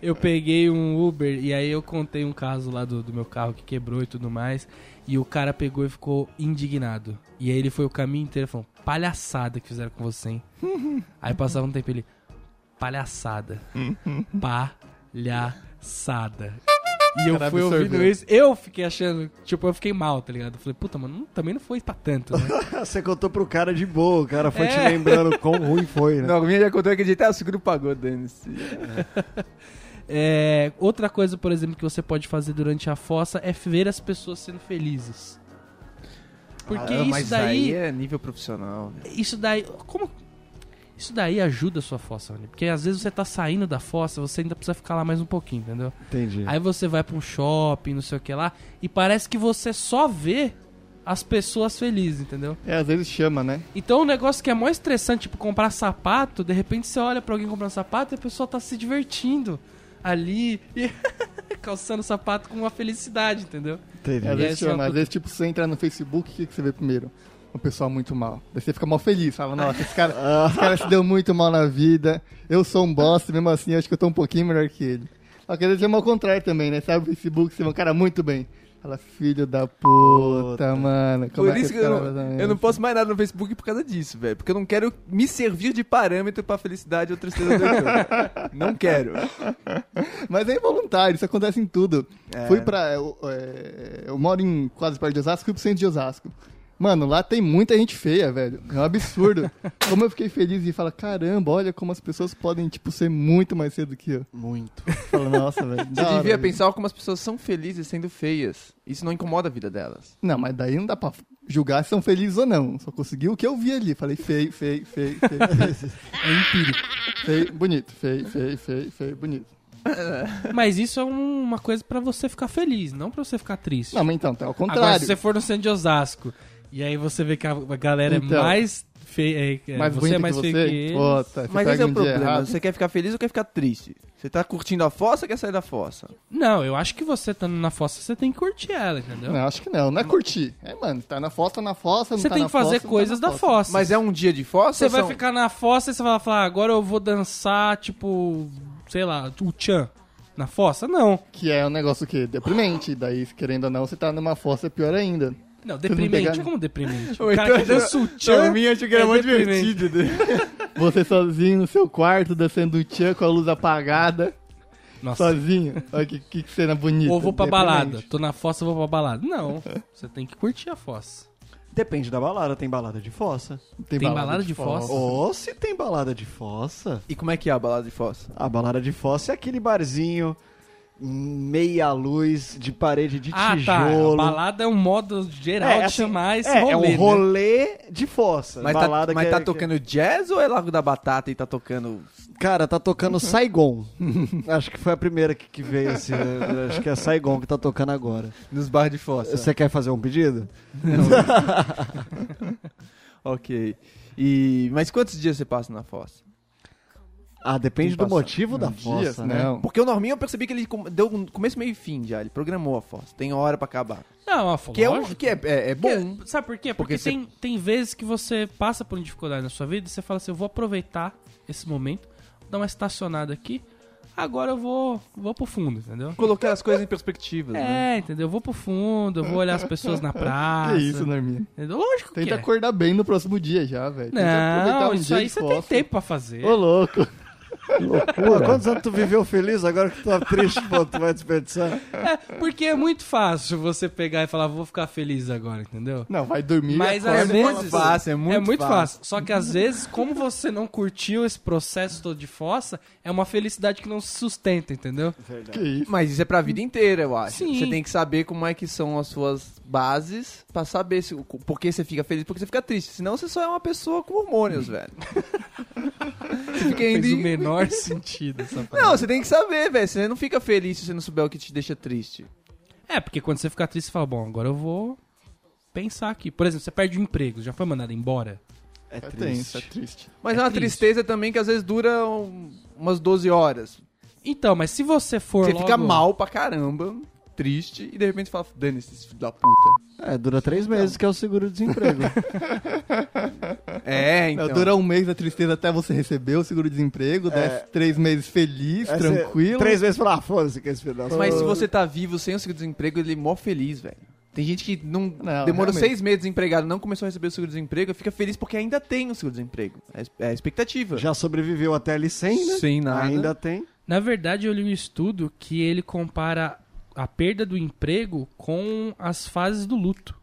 Eu peguei um Uber e aí eu contei um caso lá do, do meu carro que quebrou e tudo mais. E o cara pegou e ficou indignado. E aí ele foi o caminho inteiro falando, palhaçada que fizeram com você, hein? aí passava um tempo ele, palhaçada. palhaçada. E eu
Cara,
fui ouvindo
absorveu.
isso, eu fiquei achando, tipo, eu fiquei mal, tá ligado? Eu falei, puta, mano, não- também não foi pra tanto, né?
Você contou pro cara de boa, o cara foi te
É.
lembrando quão ruim foi, né?
Não, a minha já contou que ele tá, o seguro pagou, dane-se.
É, outra coisa, por exemplo, que você pode fazer durante a fossa é ver as pessoas sendo felizes. Porque
Ah,
isso
mas
daí.
aí é nível profissional, velho.
Isso daí. Como. Isso daí ajuda a sua fossa, Rony, porque às vezes você tá saindo da fossa, você ainda precisa ficar lá mais um pouquinho, entendeu?
Entendi.
Aí você vai pra um shopping, não sei o que lá, e parece que você só vê as pessoas felizes, entendeu?
É, às vezes chama, né?
Então um negócio que é mó estressante, tipo comprar sapato, de repente você olha pra alguém comprando sapato e a pessoa tá se divertindo ali e calçando sapato com uma felicidade, entendeu?
Entendi.
É, às
E
vezes
essa é uma
chama. Às
puta-
vezes, tipo, você entra no Facebook, o que, que você vê primeiro? Um pessoal muito mal. Daí você fica mal feliz, fala, nossa, esse cara, esse cara se deu muito mal na vida, eu sou um bosta, mesmo assim acho que eu tô um pouquinho melhor que ele. Só que às vezes é o contrário também, né? Sabe o Facebook, você vê um cara muito bem. Fala, filho da puta,
Puta.
mano. Como
Por
é
isso que
esse
eu
cara vai dar
não, eu não
merda?
posso mais nada no Facebook por causa disso, velho. Porque eu não quero me servir de parâmetro pra felicidade ou tristeza do outro. não quero.
Mas é involuntário, isso acontece em tudo.
É.
Fui pra. Eu, é, eu moro em quase perto de Osasco, fui pro centro de Osasco. Mano, lá tem muita gente feia, velho. É um absurdo. como eu fiquei feliz e falar, caramba, olha como as pessoas podem, tipo, ser muito mais cedo que eu.
Muito.
Falo, nossa, velho.
Você
da hora,
devia
velho."
pensar como as pessoas são felizes sendo feias. Isso não incomoda a vida delas.
Não, mas daí não dá pra julgar se são felizes ou não. Só consegui o que eu vi ali. Falei, feio, feio, feio, feio, feio.
É empírico.
feio bonito, feio, feio, feio, feio, bonito.
Mas isso é um- uma coisa pra você ficar feliz, não pra você ficar triste.
Não, mas então, tá ao
Agora,
contrário.
se você for no centro de Osasco e aí você vê que a a galera é
Então.
mais feia. É,
mais
você
bonito
é mais
que
feio
você,
que eles.
pô, tá, você
Mas
pega
esse é
um
o
dia
problema.
errado.
Você quer ficar feliz ou quer ficar triste? Você tá curtindo a fossa ou quer sair da fossa?
Não, eu acho que você estando na fossa, você tem que curtir ela, entendeu?
Não, acho que não. Não é curtir. É, mano, tá na fossa, na fossa, não
você
tá
tem
na
que fazer
fossa, não tá
coisas
na
da fossa.
Mas é um dia de fossa?
Você
ou
vai
são-
ficar na fossa e você vai falar, agora eu vou dançar, tipo, sei lá, o tchan. Na fossa? Não.
Que é um negócio que é deprimente. Daí, querendo ou não, você tá numa fossa é pior ainda.
Não,
não
deprimente.
pegaram?
Como deprimente?
Ou
O cara que
então-
dança o
Pra
tchan.
mim, acho que era
é
muito
deprimente.
divertido. né?
Você sozinho no seu quarto, descendo o tchan com a luz apagada,
Nossa,
sozinho. Olha que, que cena bonita.
ou vou pra
deprimente.
balada. Tô na fossa, vou pra balada. Não. Você tem que curtir a fossa.
Depende da balada, tem balada de fossa.
Tem balada de fossa?
Ou se tem balada de fossa.
E como é que é a balada de fossa?
A balada de fossa é aquele barzinho meia luz de parede de
Ah, tá.
tijolo.
A balada é um modo geral
É,
de
assim,
chamar esse
é,
rolê.
é um
né?
rolê de fossa.
Mas
balada
tá, mas
que
tá
é-
tocando jazz ou é Lago da Batata e tá tocando...
que- Cara, tá tocando Saigon. acho que foi a primeira que, que veio assim. né? Acho que é Saigon que tá tocando agora.
Nos bar de fossa.
Você quer fazer um pedido?
Ok. E... Mas quantos dias você passa na fossa?
Ah, depende
Tem
do
passa-
motivo da
Não, dias,
fossa, né?
Não.
Porque o Norminho eu percebi que ele com- deu um começo, meio e fim já. Ele programou a fossa. Tem hora pra acabar.
Não, a fossa.
Que é, um, que é, é, é bom.
Porque- sabe por quê? Porque,
Porque você-
tem, tem vezes que você passa por uma dificuldade na sua vida e você fala assim: eu vou aproveitar esse momento, dar uma estacionada aqui, agora eu vou, vou pro fundo, entendeu?
Colocar as coisas em perspectiva. né?
É, entendeu? Eu vou pro fundo, eu vou olhar as pessoas na praça.
Que isso, Norminha?
entendeu? Lógico que
Tenta
é.
acordar bem no próximo dia já, velho. Tenta
Não,
aproveitar um
isso
dia
aí
de
você
fossa.
tem tempo pra fazer.
Ô, louco.
Que
Pô,
loucura.
quantos anos tu viveu feliz agora que tu tá triste, pô, tu vai desperdiçar?
Porque é muito fácil você pegar e falar, vou ficar feliz agora, entendeu?
Não, vai dormir.
Mas
acorda
às
e fala,
vezes-
fácil, é muito,
é muito fácil. Só que às vezes, como você não curtiu esse processo todo de fossa, é uma felicidade que não se sustenta, entendeu?
Que isso?
Mas isso é pra vida inteira, eu acho.
Sim.
Você tem que saber como é que são as suas bases pra saber se, por que você fica feliz por que você fica triste. Senão você só é uma pessoa com hormônios, velho. você fica
Fez o
indo-
menor sentido essa parada.
Não, você tem que saber, velho. Você não fica feliz se você não souber o que te deixa triste.
É, porque quando você fica triste, você fala, bom, agora eu vou pensar aqui. Por exemplo, você perde o emprego, já foi mandado embora.
É
É tenso, é
triste.
triste.
É
Mas é uma
triste.
tristeza também que às vezes dura um- umas 12 horas.
Então, mas se você for
Você
logo...
fica mal pra caramba, triste, e de repente fala, dane-se, esse filho da puta.
É, dura três meses que é o seguro-desemprego.
É,
Não,
então.
dura um mês a tristeza até você receber o seguro-desemprego, dez, três meses feliz,
Aí você-
tranquilo.
Três meses falar, ah, foda-se que esse pedaço.
Mas se você tá vivo sem o seguro-desemprego, ele é mó feliz, velho. Tem gente que não,
Não,
demorou
realmente.
seis meses desempregado, não começou a receber o seguro-desemprego, e fica feliz porque ainda tem o seguro-desemprego. É a- É a expectativa.
Já sobreviveu até ali sem, né?
Sem nada.
Ainda tem.
Na verdade, eu li um estudo que ele compara a perda do emprego com as fases do luto.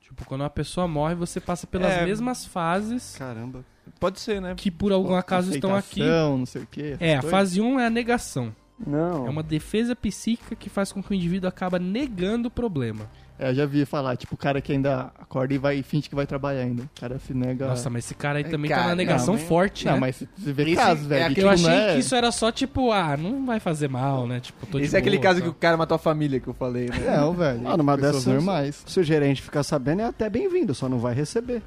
Tipo, quando uma pessoa morre, você passa pelas
É.
mesmas fases
Caramba.
Pode ser, né?
que por algum acaso estão aqui.
Aceitação, não sei o quê.
É, a
essas
fase 1 é a negação.
Não.
É uma defesa psíquica que faz com que o indivíduo acaba negando o problema.
coisas. É, eu já vi falar, tipo, o cara que ainda acorda e vai e finge que vai trabalhar ainda. O cara se nega.
Nossa, mas esse cara aí
É,
também tá na
cara,
negação
não, mas-
forte,
não,
né?
mas você vê
Esse
casos,
é
velho.
aquele-
Eu
tipo,
achei
não é-
que isso era só tipo, ah, não vai fazer mal, né? Tipo, tô de
Esse é aquele
boa,
caso que
tá?
o cara matou a família que eu falei, né?
Não, É, velho.
Ah, numa
pessoas
dessas-
normais.
Se o gerente ficar sabendo, é até bem-vindo, só não vai receber.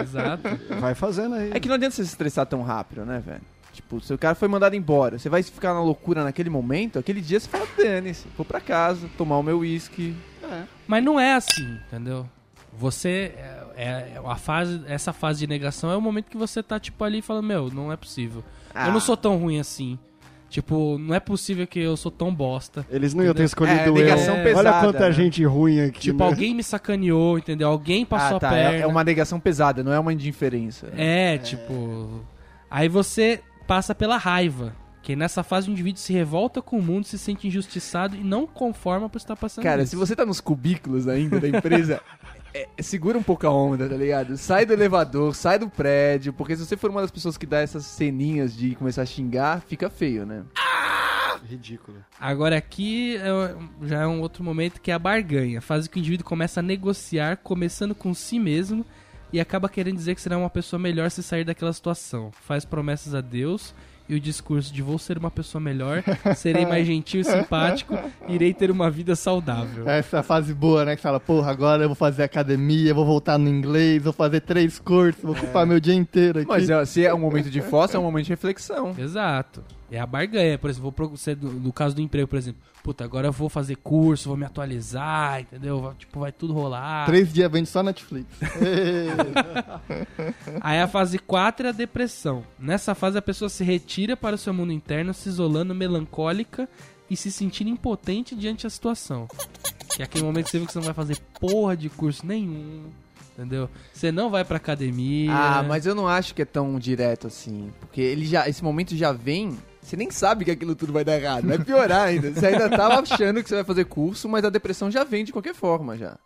Exato.
Vai fazendo aí.
É que não adianta você se estressar tão rápido, né, velho? Tipo, se o cara foi mandado embora, você vai ficar na loucura naquele momento, aquele dia você fala, dane-se, vou pra casa, tomar o meu uísque.
Mas não é assim, entendeu? Você. É, é- a fase, essa fase de negação é o momento que você tá, tipo, ali falando, meu, não é possível. Eu
Ah.
não sou tão ruim assim. Tipo, não é possível que eu sou tão bosta.
Eles não iam ter escolhido
É,
eu.
negação
Olha
pesada,
quanta
né?
gente ruim aqui.
Tipo,
né?
alguém me sacaneou, entendeu? Alguém passou
Ah, tá,
a perna.
é, é uma negação pesada, não é uma indiferença.
É, tipo. Aí você passa pela raiva. Que nessa fase o indivíduo se revolta com o mundo, se sente injustiçado e não conforma por estar passando
Cara,
isso.
se você tá nos cubículos ainda da empresa, é, é, segura um pouco a onda, tá ligado? Sai do elevador, sai do prédio, porque se você for uma das pessoas que dá essas ceninhas de começar a xingar, fica feio, né?
Ridículo.
Agora aqui é- já é um outro momento que é a barganha. Faz com que o indivíduo começa a negociar, começando com si mesmo, e acaba querendo dizer que será uma pessoa melhor se sair daquela situação. Faz promessas a Deus e o discurso de vou ser uma pessoa melhor, serei mais gentil e simpático, irei ter uma vida saudável.
Essa fase boa, né? Que fala, porra, agora eu vou fazer academia, vou voltar no inglês, vou fazer três cursos, vou ocupar meu dia inteiro aqui.
Mas ó, se é um momento de força, é um momento de reflexão.
Exato. É a barganha, por exemplo, vou pro- você- no, no caso do emprego, por exemplo, puta, agora eu vou fazer curso, vou me atualizar, entendeu? Vai- Tipo, vai tudo rolar.
Três dias vende só Netflix. É
Aí a fase 4 é a depressão. Nessa fase a pessoa se retira para o seu mundo interno, se isolando melancólica e se sentindo impotente diante da situação. Que é aquele momento que você vê que você não vai fazer porra de curso nenhum, entendeu? Você não vai pra academia.
Ah, mas eu não acho que é tão direto assim. Porque ele já, esse momento já vem. Você nem sabe que aquilo tudo vai dar errado. Vai piorar ainda. Você ainda tava achando que você vai fazer curso, mas a depressão já vem de qualquer forma já.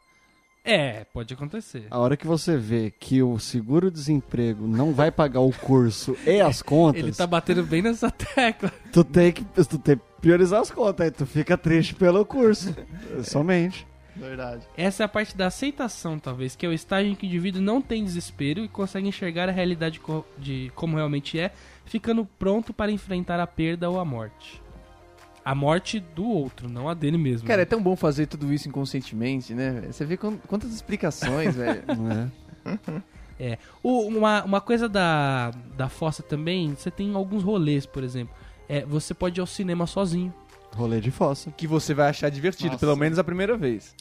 É, pode acontecer.
A hora que você vê que o seguro-desemprego não vai pagar o curso e as contas,
Ele tá batendo bem nessa tecla.
tu, tem que, tu tem que priorizar as contas. Aí tu fica triste pelo curso. Somente.
Verdade.
Essa é a parte da aceitação, talvez, que é o estágio em que o indivíduo não tem desespero e consegue enxergar a realidade co- de como realmente é, ficando pronto para enfrentar a perda ou a morte. A morte do outro, não a dele mesmo.
Cara, é
né?
tão bom fazer tudo isso inconscientemente, né? velho? Você vê quan- quantas explicações, velho.
né?
O- uma, uma coisa da, da fossa também, você tem alguns rolês, por exemplo. É, você pode ir ao cinema sozinho.
Rolê de fossa.
Que você vai achar divertido,
Nossa.
pelo menos a primeira vez.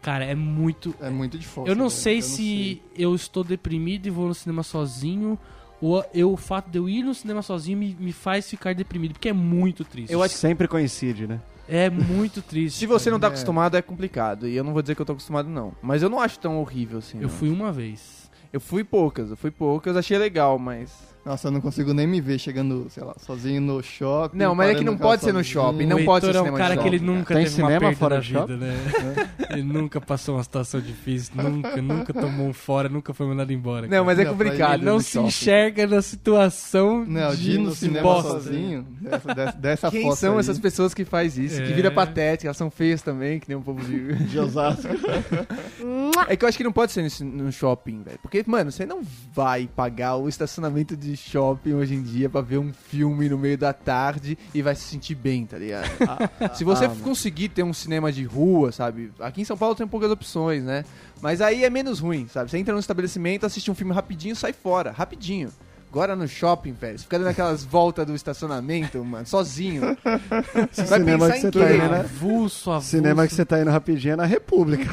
Cara, é muito.
É muito de força.
eu não
velho.
sei
Eu
se eu estou deprimido e vou no cinema sozinho. Ou eu, o fato de eu ir no cinema sozinho me, me faz ficar deprimido, porque é muito triste.
Eu acho que sempre coincide, né?
É muito triste.
Se você não tá
É.
acostumado, é complicado. E eu não vou dizer que eu tô acostumado, não. Mas eu não acho tão horrível assim.
Eu
não.
fui uma vez.
eu fui poucas, eu fui poucas, achei legal, mas.
Nossa, eu não consigo nem me ver chegando, sei lá, sozinho no shopping.
Não, mas é que
parando
não
no carro
pode ser no
sozinho.
shopping,
O
não
Heitor
pode ser
é um
cinema de
cara que ele
shopping,
nunca
Tem
teve uma
cinema
perda
fora
na
de
vida,
shopping?
né? ele nunca passou uma situação difícil, nunca, nunca tomou um fora, nunca foi mandado embora.
Não, mas é
Não, pra
complicado.
ele não
no
se
shopping.
enxerga na situação
Não, de
de
ir no
se
cinema
bosta.
sozinho, dessa, dessa, dessa
Quem
foto
são
aí,
essas pessoas que faz isso? Que
É.
vira patética, elas são feias também, que nem um povo de...
De Osasco.
É que eu acho que não pode ser nesse- num shopping, velho. Porque, mano, você não vai pagar o estacionamento de shopping hoje em dia pra ver um filme no meio da tarde e vai se sentir bem, tá ligado? se você
ah, mano.
conseguir ter um cinema de rua, sabe? Aqui em São Paulo tem poucas opções, né? Mas aí é menos ruim, sabe? Você entra num estabelecimento, assiste um filme rapidinho, sai fora, rapidinho. Agora no shopping, velho, você fica dando aquelas voltas do estacionamento, mano, sozinho. Vai
cinema
pensar
que
em
você
quê?
tá indo, né?
Avulso, avulso.
Cinema que você tá indo rapidinho é na República.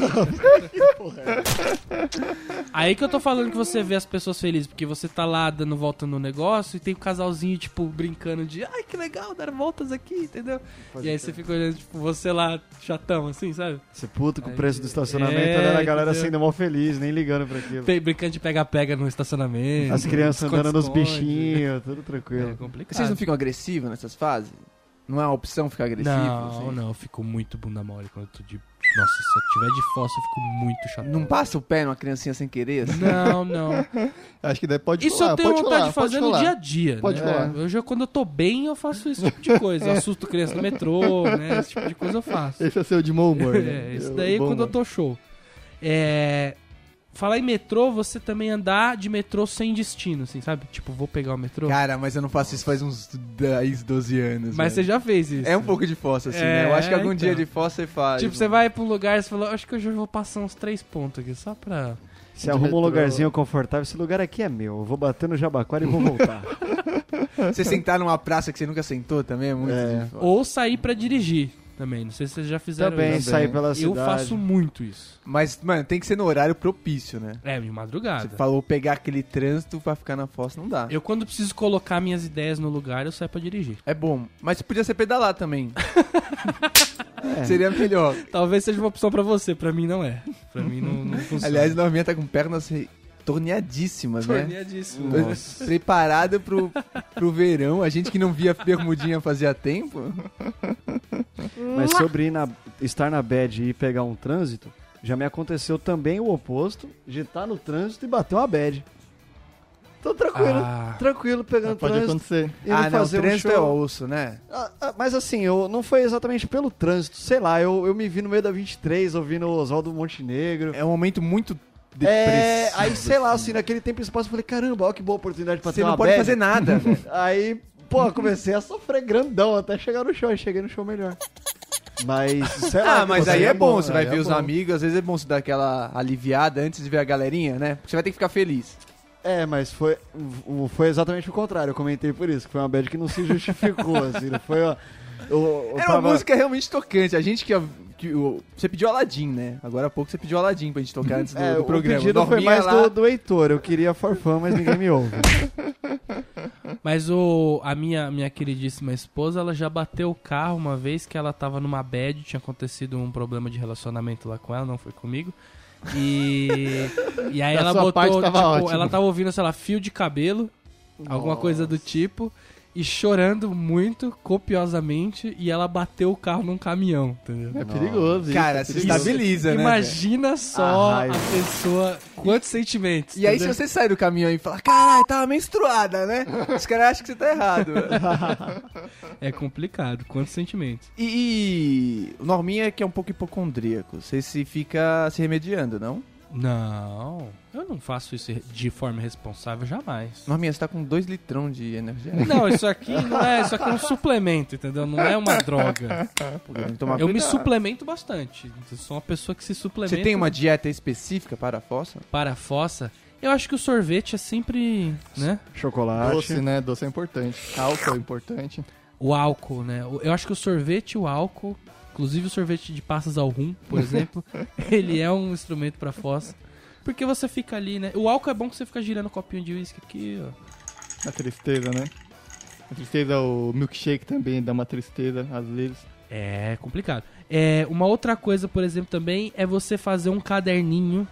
Aí que eu tô falando que você vê as pessoas felizes, porque você tá lá dando volta no negócio e tem um casalzinho, tipo, brincando de ai que legal, dar voltas aqui, entendeu? e aí você fica olhando, tipo, você lá, chatão, assim, sabe?
Você é puto com o preço do estacionamento,
É,
olhando a galera
entendeu?
assim, mó feliz, nem ligando pra aquilo.
Tem- brincando de pega-pega no estacionamento.
As crianças andando nos
esconde-esconde.
bichinhos, tudo
É
tranquilo.
complicado.
Vocês não ficam agressivos nessas fases? Não é uma opção ficar agressivo?
Não,
assim?
não, eu fico muito bunda mole quando eu tô de. Nossa, se eu tiver de fossa, eu fico muito chato.
Não passa o pé numa criancinha sem querer? assim?
Não, não.
Acho que daí pode
Isso
rolar,
eu tenho
pode
vontade
rolar,
de fazer
pode
no
rolar.
dia a dia.
Pode
né?
rolar.
Hoje, quando eu tô bem, eu faço esse tipo de coisa. Eu assusto criança no metrô, né? Esse tipo de coisa eu faço.
Esse é seu de mau humor, né?
É, isso
Eu-
daí é
bom
quando eu
humor.
tô show. É. Falar em metrô, você também andar de metrô sem destino, assim, sabe? Tipo, vou pegar o metrô.
Cara, mas eu não faço isso faz uns 10, 12 anos.
Mas você
velho.
já fez isso.
É um pouco de fossa, assim,
É,
né? Eu acho que algum
então.
dia de fossa você faz.
Tipo, você vai pra um lugar e você fala, acho que hoje eu vou passar uns três pontos aqui, só pra.
Você arruma um
metrô.
lugarzinho confortável, esse lugar aqui é meu. Eu vou bater no Jabaquara e vou voltar.
Você sentar numa praça que você nunca sentou também é muito
É.
de fossa.
Ou sair pra dirigir também. Não sei se vocês já fizeram
também,
isso.
sair pela cidade.
Eu faço muito isso.
Mas, mano, tem que ser no horário propício, né?
É, de
Você
madrugada.
falou pegar aquele trânsito pra ficar na fossa, não dá.
Eu, quando preciso colocar minhas ideias no lugar, eu saio pra dirigir.
É bom. Mas podia ser pedalar também. Seria melhor.
Talvez seja uma opção pra você, pra mim não é. né? Pra mim não, não funciona.
Aliás, Norminha tá com pernas re- torneadíssimas, né?
Torneadíssimo.
Nossa.
Preparada pro, pro verão. A gente que não via bermudinha fazia tempo.
Mas sobre ir na- estar na bad e pegar um trânsito, já me aconteceu também o oposto de estar no trânsito e bater uma bad. Tô tranquilo,
Ah.
tranquilo pegando
Pode
trânsito.
acontecer.
indo
ah, não,
fazer um
trânsito é
show.
osso, né?
Ah, ah, Mas assim, eu não foi exatamente pelo trânsito, sei lá, eu, eu me vi no meio da 23 ouvindo o Oswaldo Montenegro.
É um momento muito depressivo.
É, aí sei lá, assim, naquele tempo e espaço eu falei, caramba, olha que boa oportunidade pra
Você
ter uma
não pode
bad.
fazer nada. velho.
Aí, pô, comecei a sofrer grandão até chegar no show, e cheguei no show melhor. Mas, sei lá. tipo,
ah, mas
você-
aí é bom, você
aí
né?
vai
é
ver os
bom.
amigos, às vezes é bom você dar aquela aliviada antes de ver a galerinha, né? Porque você vai ter que ficar feliz.
É, mas foi, o- foi exatamente o contrário. Eu comentei por isso, que foi uma bad que não se justificou, assim. Não foi, ó. Eu, eu
Era uma música realmente tocante. A gente que. que o- você pediu Aladdin, né? Agora há pouco você pediu Aladdin pra gente tocar antes do,
É,
do programa.
o pedido foi
Norminha
mais
lá-
do, do Heitor. Eu queria forfã, mas ninguém me ouve.
Mas o, a minha, minha queridíssima esposa, ela já bateu o carro uma vez que ela tava numa bad, tinha acontecido um problema de relacionamento lá com ela, não foi comigo. E, e aí
Da
ela
sua
botou,
parte, tava
tipo,
ótimo.
ela tava ouvindo, sei lá, fio de cabelo, alguma coisa do tipo, e chorando muito, copiosamente, e ela bateu o carro num caminhão, entendeu?
É perigoso.
Cara,
isso,
se
é perigoso.
estabiliza, né? velho?
Imagina só
A
a,
raiva.
pessoa, quantos sentimentos.
E aí, se
entendeu?
você sai do caminhão e fala, caralho, tava menstruada, né? Os caras acham que você tá errado.
É complicado, quantos sentimentos.
e, e o Norminha que é um pouco hipocondríaco. Você se fica se remediando, não?
Não, eu não faço isso de forma responsável jamais.
Norminha, você tá com dois litrão de energia.
Não, isso aqui não é, isso aqui é um suplemento, entendeu? Não é uma droga.
Tem que tomar
Eu me
cuidado.
suplemento bastante. Eu sou uma pessoa que se suplementa
Você tem uma dieta específica para a fossa?
para a fossa. Eu acho que o sorvete é sempre, né?
Chocolate.
Doce, né? Doce é importante. Álcool é importante.
O álcool, né? O- Eu acho que o sorvete e o álcool, inclusive o sorvete de passas ao rum, por exemplo, ele é um instrumento para fossa. Porque você fica ali, né? O álcool é bom que você fica girando um copinho de uísque aqui, ó.
A tristeza, né? A tristeza, é o milkshake também dá uma tristeza, às vezes.
É complicado. É, uma outra coisa, por exemplo, também é você fazer um caderninho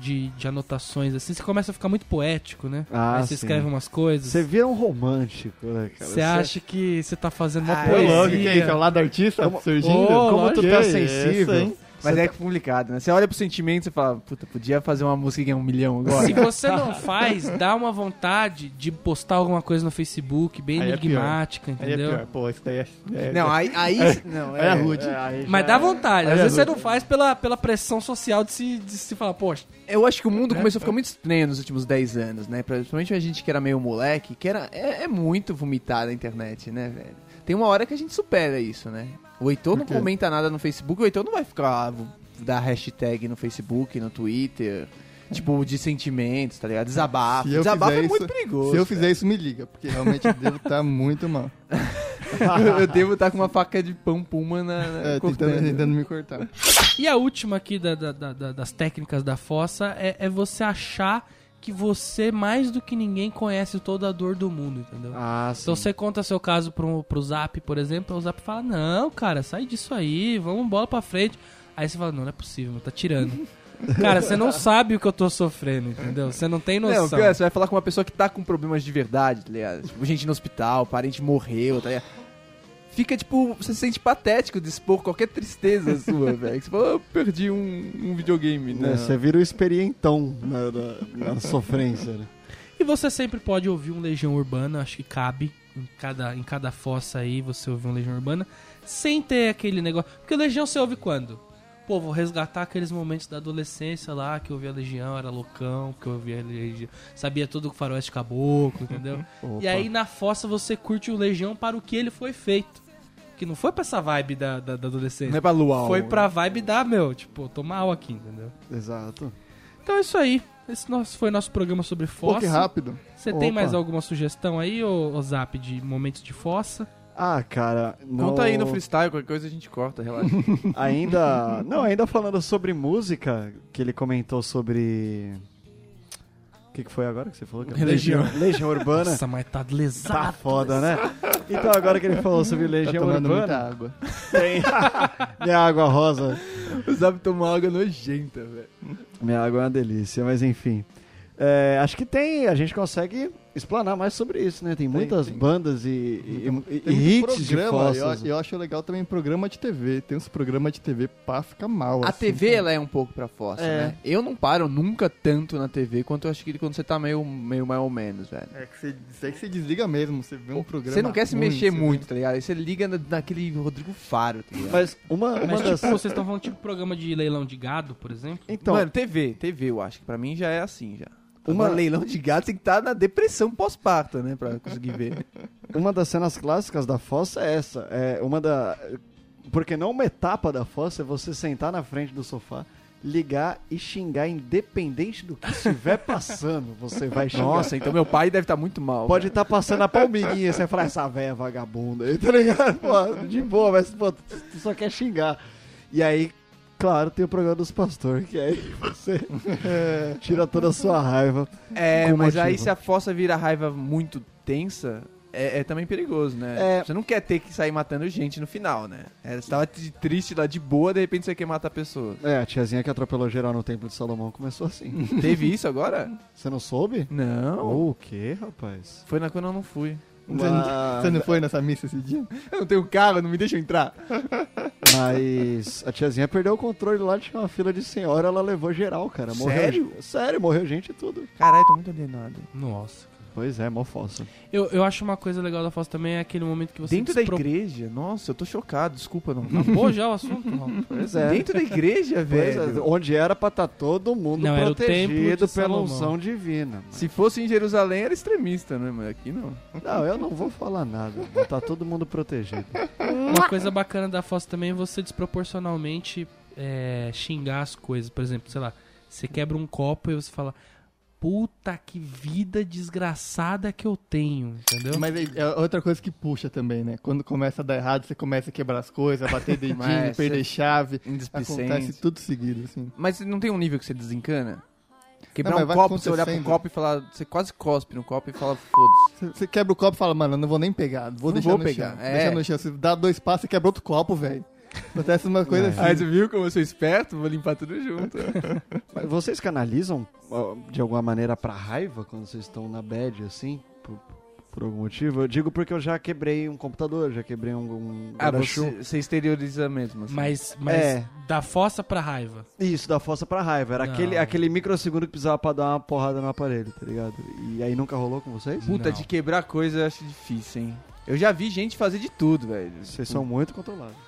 de, de anotações, assim, você começa a ficar muito poético, né?
Ah,
Aí você
sim.
escreve umas coisas.
Você vira um romântico, né, cara?
Você acha que você tá fazendo uma
Ah,
Ô,
poesia.
louco, que é isso? É o lado artista
Como-
surgindo?
Ô,
Como
lógico.
tu tá
Que é
sensível.
isso, hein?
Mas
tá
é complicado, né? Você olha pro sentimento e fala, puta, podia fazer uma música que ganhar um milhão agora.
Se você não faz, dá uma vontade de postar alguma coisa no Facebook, bem
Aí é
enigmática,
Aí é
entendeu?
pior. Pô, isso daí é... é-
Não, aí. aí não,
é
é,
rude.
Mas dá vontade. Às
Aí é
vezes você
doido.
não faz pela, pela pressão social de se, de se falar, poxa,
Eu acho que o
É,
mundo começou a ficar muito estranho nos últimos 10 anos, né? Principalmente a gente que era meio moleque, que era, é, é muito vomitar na internet, né, velho? Tem uma hora que a gente supera isso, né? O Heitor não
quê?
comenta nada no Facebook, o Heitor não vai ficar vo- dar hashtag no Facebook, no Twitter, tipo, de sentimentos, tá ligado? Desabafo.
Se eu
Desabafo é
fizer
muito
isso-
perigoso.
Se eu fizer isso, me liga, porque realmente eu devo estar muito mal.
eu, eu devo estar com uma faca de pão puma na. na
É, tentando,
cortando.
tentando me cortar.
E a última aqui da- da- da- da- das técnicas da fossa é, é você achar que você, mais do que ninguém, conhece toda a dor do mundo, entendeu?
Ah, sim.
Então você conta seu caso pro, pro Zap, por exemplo, o Zap fala, não, cara, sai disso aí, vamos bola pra frente. Aí você fala, não, não é possível, tá tirando. cara, você não sabe o que eu tô sofrendo, entendeu? Você não tem
Não,
é
noção.
cara, você vai falar com uma pessoa que tá com problemas de verdade, tá ligado? Tipo, gente no hospital, parente morreu, tá ligado? Fica, tipo, você se sente patético de expor qualquer tristeza sua, velho. Que Você fala, "Ah, eu perdi um, um videogame, né?
Né, Você vira um experientão na, na- na sofrência, né?
E você sempre pode ouvir um Legião Urbana, acho que cabe em cada, em cada fossa aí você ouvir um Legião Urbana, sem ter aquele negócio. Porque Legião você ouve quando? Pô, vou resgatar aqueles momentos da adolescência lá, que eu ouvia Legião, era loucão, que eu ouvia Legião, sabia tudo com faroeste caboclo, entendeu? E aí na fossa você curte o Legião para o que ele foi feito. Que não foi pra essa vibe da, da, da
Não é
adolescência.
pra né? luau.
Foi pra vibe da, meu, tipo, tô mal aqui, entendeu?
Exato.
Então é isso aí. Esse nosso, foi nosso programa sobre
Pô, que
fossa.
rápido.
Você tem
Opa.
mais alguma sugestão aí, ô, ô Zap, de momentos de fossa?
Ah, cara. não-
Conta aí no freestyle, qualquer coisa a gente corta, relaxa.
Ainda. Não, ainda falando sobre música, que ele comentou sobre. O que, que foi agora que você falou? cara?
Legião.
Legião Urbana.
Nossa, mas tá
Tá
lesado.
foda, né? Então agora que ele falou sobre
Tá
Legião
tomando muita
Urbana,
água.
tem minha água rosa.
o Zap tomou água é nojenta, velho.
Minha água é uma delícia, mas enfim. É, acho que tem, a gente consegue explanar mais sobre isso, né? Tem, muitas
tem.
bandas e, e, e-
Tem
e
muito
hits de
programa, eu,
fossas.
eu acho legal também programa de TV. Tem uns programas de TV, pá, fica mal.
A
assim,
TV,
cara.
ela é um pouco pra fossa,
É.
né? Eu não paro nunca tanto na TV quanto eu acho que quando você tá meio, meio mais ou menos, velho.
É que você, isso aí que você desliga mesmo, você vê um programa.
Você não quer se
ruim,
mexer
você
muito, tá ligado? Aí você liga na- naquele Rodrigo Faro, tá ligado?
Mas uma, uma
Mas tipo,
das...
vocês estão falando tipo programa de leilão de gado, por exemplo?
Então,
Mano, TV, TV, eu acho que pra mim já é assim já.
Uma-
Uma leilão de gato tem que estar na depressão pós-parto, né? Pra conseguir ver.
uma das cenas clássicas da fossa é essa. É uma da... Porque não uma etapa da fossa é você sentar na frente do sofá, ligar e xingar independente do que estiver passando. Você vai xingar.
Nossa, então meu pai deve estar muito mal.
Pode estar passando a palmiguinha, você fala, essa véia vagabunda aí, tá ligado? Pô, de boa, mas pô, tu tu só quer xingar. E aí, claro, tem o programa dos pastores, que aí você é, tira toda a sua raiva.
É,
Com
mas
motivo.
aí se a fossa vira raiva muito tensa, é, é também perigoso, né?
É.
Você não quer ter que sair matando gente no final, né? É, você tava t- triste lá de boa, de repente você quer matar pessoas.
É, a tiazinha que atropelou geral no Templo de Salomão começou assim.
Teve isso agora?
Você não soube?
Não.
Ou o quê, rapaz?
Foi na quando eu não fui.
não- Você, não, você não foi nessa missa esse dia?
Eu não tenho carro, não me deixam entrar.
Mas a tiazinha perdeu o controle lá, tinha uma fila de senhora, ela levou geral, cara. Morreu,
Sério?
Sério, morreu gente e tudo.
Caralho, tô muito alienado.
Nossa.
Pois é, mó fossa.
Eu, eu acho uma coisa legal da fossa também é aquele momento que você
Dentro
despro-
da igreja? Nossa, eu tô chocado, desculpa, não.
Acabou já é o assunto? Raul?
Pois é.
Dentro da igreja,
Pois é,
velho.
onde era pra estar todo mundo
Não, era o
protegido
templo de
pela
Salomão.
unção divina.
Se fosse em Jerusalém, era extremista, né? Mas aqui não.
Não, eu não vou falar nada. mas Tá todo mundo protegido.
Uma coisa bacana da fossa também é você desproporcionalmente é, xingar as coisas. Por exemplo, sei lá, você quebra um copo e você fala, puta que vida desgraçada que eu tenho, entendeu?
Mas é, é outra coisa que puxa também, né? Quando começa a dar errado, você começa a quebrar as coisas, bater dedinho,
Mas,
perder chave. Acontece
Indisplicente.
tudo seguido, assim.
Mas não tem um nível que você desencana? Quebrar
Não, mas
um
vai
copo, você olhar pro
acontecendo.
copo e falar... Você quase cospe no copo e fala, foda-se.
Você- Você quebra o copo e fala, mano, eu não vou nem pegar, vou
Não
deixar
vou
no
pegar,
chão.
é.
Deixar no chão. Você dá dois passos e quebra outro copo, velho. Acontece uma coisa assim.
Aí você viu como eu sou esperto? Vou limpar tudo junto.
Mas vocês canalizam ó, de alguma maneira pra raiva quando vocês estão na bad, assim? Por, por algum motivo? Eu digo porque eu já quebrei um computador, já quebrei um, um
Ah,
guarda-chuva.
Ah, exterioriza mesmo. assim.
Mas, mas
É.
da fossa pra raiva.
Isso, da fossa pra raiva. Era
Não.
aquele, aquele microsegundo que precisava pra dar uma porrada no aparelho, tá ligado? E aí nunca rolou com vocês?
Puta,
Não.
de quebrar coisa eu acho difícil, hein? Eu já vi gente fazer de tudo, velho. Tipo,
Vocês são muito controlados.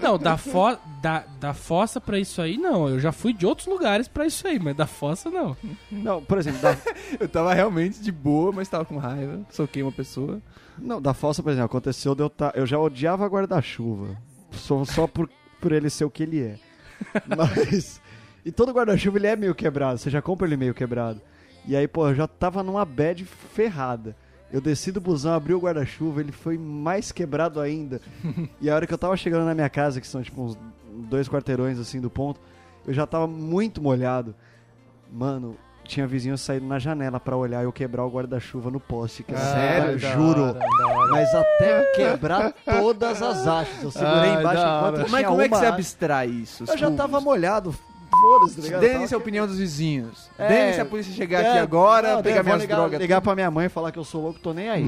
Não, da, fo da, da fossa pra isso aí, não. Eu já fui de outros lugares pra isso aí, mas da fossa, não.
Não, por exemplo, da,
Eu tava realmente de boa, mas tava com raiva. Soquei uma pessoa.
não, da fossa, por exemplo, aconteceu de eu tá, Eu já odiava guarda-chuva. Só, só por, por ele ser o que ele é. Mas. E todo guarda-chuva ele é meio quebrado. Você já compra ele meio quebrado. E aí, pô, eu já tava numa bad ferrada. Eu desci do busão, abri o guarda-chuva, ele foi mais quebrado ainda. e a hora que eu tava chegando na minha casa, que são tipo uns dois quarteirões assim do ponto, eu já tava muito molhado. Mano, tinha vizinho saindo na janela pra olhar eu quebrar o guarda-chuva no poste. Que sério,
da
juro.
hora, da hora.
Mas até quebrar todas as hastes. Eu segurei
Ai,
embaixo
da
enquanto
hora.
tinha
Mas como é que
uma
você
haste.
abstrai isso?
Eu já
Tipo,
tava molhado. Foda-se, tá ligado?
Dane-se a
Tava
opinião dos vizinhos.
É.
Dane-se a polícia chegar
É,
aqui agora,
não,
pegar
eu vou
minhas
ligar,
drogas.
Ligar pra minha mãe e falar que eu sou louco, tô nem aí.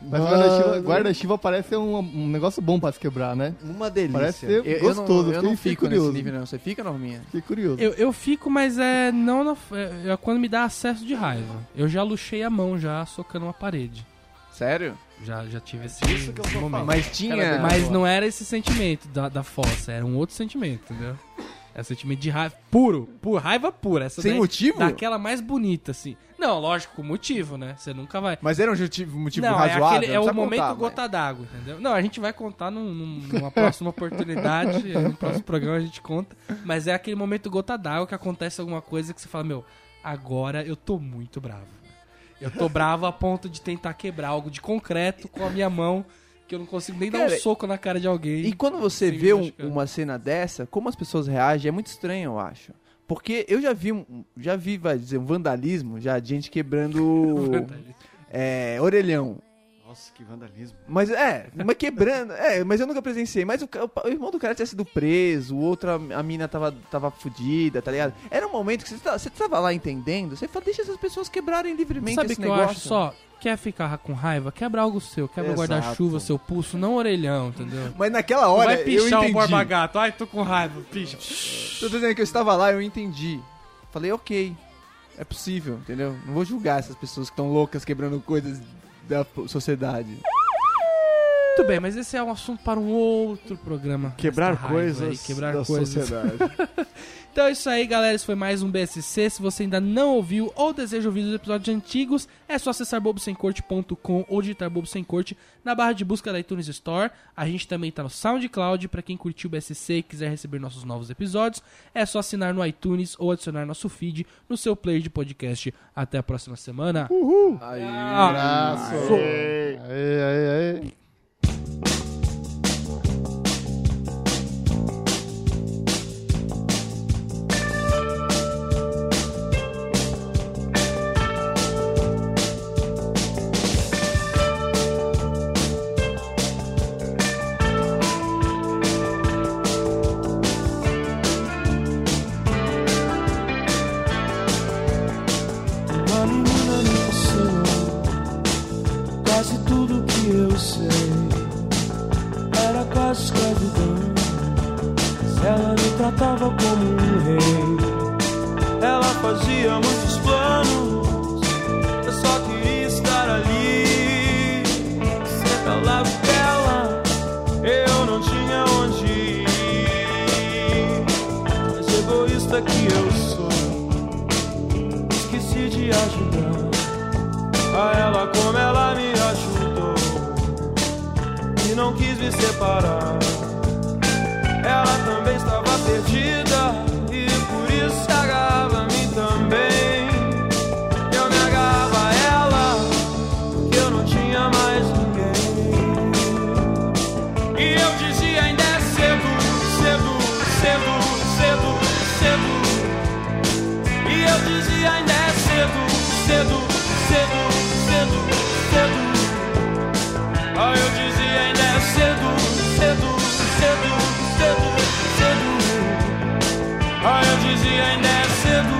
Mas guarda-chuva
Mano,
guarda-chuva parece ser um, um negócio bom pra se quebrar, né?
Uma delícia.
Parece ser gostoso.
eu não, eu não
fiquei-
fico
fiquei curioso.
nesse nível, não. Você fica, Norminha?
Fiquei curioso.
Eu, eu fico, mas é não na, é, é quando me dá acesso de raiva. Eu já luxei a mão, já socando uma parede.
Sério?
Já, já tive esse
Isso que eu tô
momento.
falando.
Mas tinha.
Cara,
Mas não era esse sentimento da, da fossa, era um outro sentimento, entendeu? Era um sentimento de raiva puro, puro raiva pura. Essa
Sem
daí-
motivo?
Daquela mais bonita, assim. Não, lógico, com motivo, né? Você nunca vai.
Mas era um motivo, motivo
não,
razoável?
é, aquele, é
não
o
precisa
momento
contar, mas-
gota d'água, entendeu? Não, a gente vai contar num- num- numa próxima oportunidade, no próximo programa a gente conta. Mas é aquele momento gota d'água que acontece alguma coisa que você fala, meu, agora eu tô muito bravo. Eu tô bravo a ponto de tentar quebrar algo de concreto com a minha mão, que eu não consigo nem dar
Cara,
um soco na cara de alguém.
E quando você
Sim,
vê um-
machucando.
uma cena dessa, como as pessoas reagem é muito estranho, eu acho. Porque eu já vi, um- já vi, vai dizer, um vandalismo, já de gente quebrando é, orelhão.
Nossa, que vandalismo.
Mas é, mas quebrando, é, mas eu nunca presenciei. Mas o, ca- o irmão do cara tinha sido preso, o outro, a, a mina tava, tava fudida, tá ligado? Era um momento que você, tá- você tava lá entendendo, você fala, deixa essas pessoas quebrarem livremente
Sabe o
esse
que
negócio.
eu acho só? Quer ficar com raiva? Quebra algo seu. Quebra o
Exato.
guarda-chuva, seu pulso, não orelhão, entendeu?
Mas naquela hora,
vai pichar um
eu
o
entendi.
Borba Gato. Ai, tô com raiva, picha.
Tô dizendo que eu estava lá, eu entendi. Falei, ok, é possível, entendeu? Não vou julgar essas pessoas que estão loucas quebrando coisas da po- sociedade.
Muito bem, mas esse é um assunto para um outro programa.
Quebrar
Esta raiva
coisas.
aí, quebrar
da
coisas.
sociedade.
Então é isso aí, galera. Esse foi mais um BSC. Se você ainda não ouviu ou deseja ouvir os episódios antigos, é só acessar bobosemcorte.com ou digitar Bobo Sem Corte na barra de busca da iTunes Store. A gente também tá no SoundCloud. Pra quem curtiu o BSC e quiser receber nossos novos episódios, é só assinar no iTunes ou adicionar nosso feed no seu player de podcast. Até a próxima semana. Ah,
Aí.
Abraço.
Aê, aê, aê.
Uma menina me ensinou quase tudo que eu sei. Era quase escravidão, mas ela me tratava como um rei. Ela fazia muitos planos, eu só queria estar ali. Você tá lá dela, eu não tinha onde ir. Mas egoísta que eu sou esqueci de ajudar a ela como ela me ajudou e não quis me separar. Ela também estava perdida e por isso se agarrava a mim também. Eu me agarrava a ela porque eu não tinha mais ninguém. E eu dizia ainda é cedo, cedo, cedo, cedo, cedo. E eu dizia ainda é cedo, cedo, cedo, cedo, cedo. Ah, eu dizia ainda é cedo, cedo, cedo. ainda é cedo.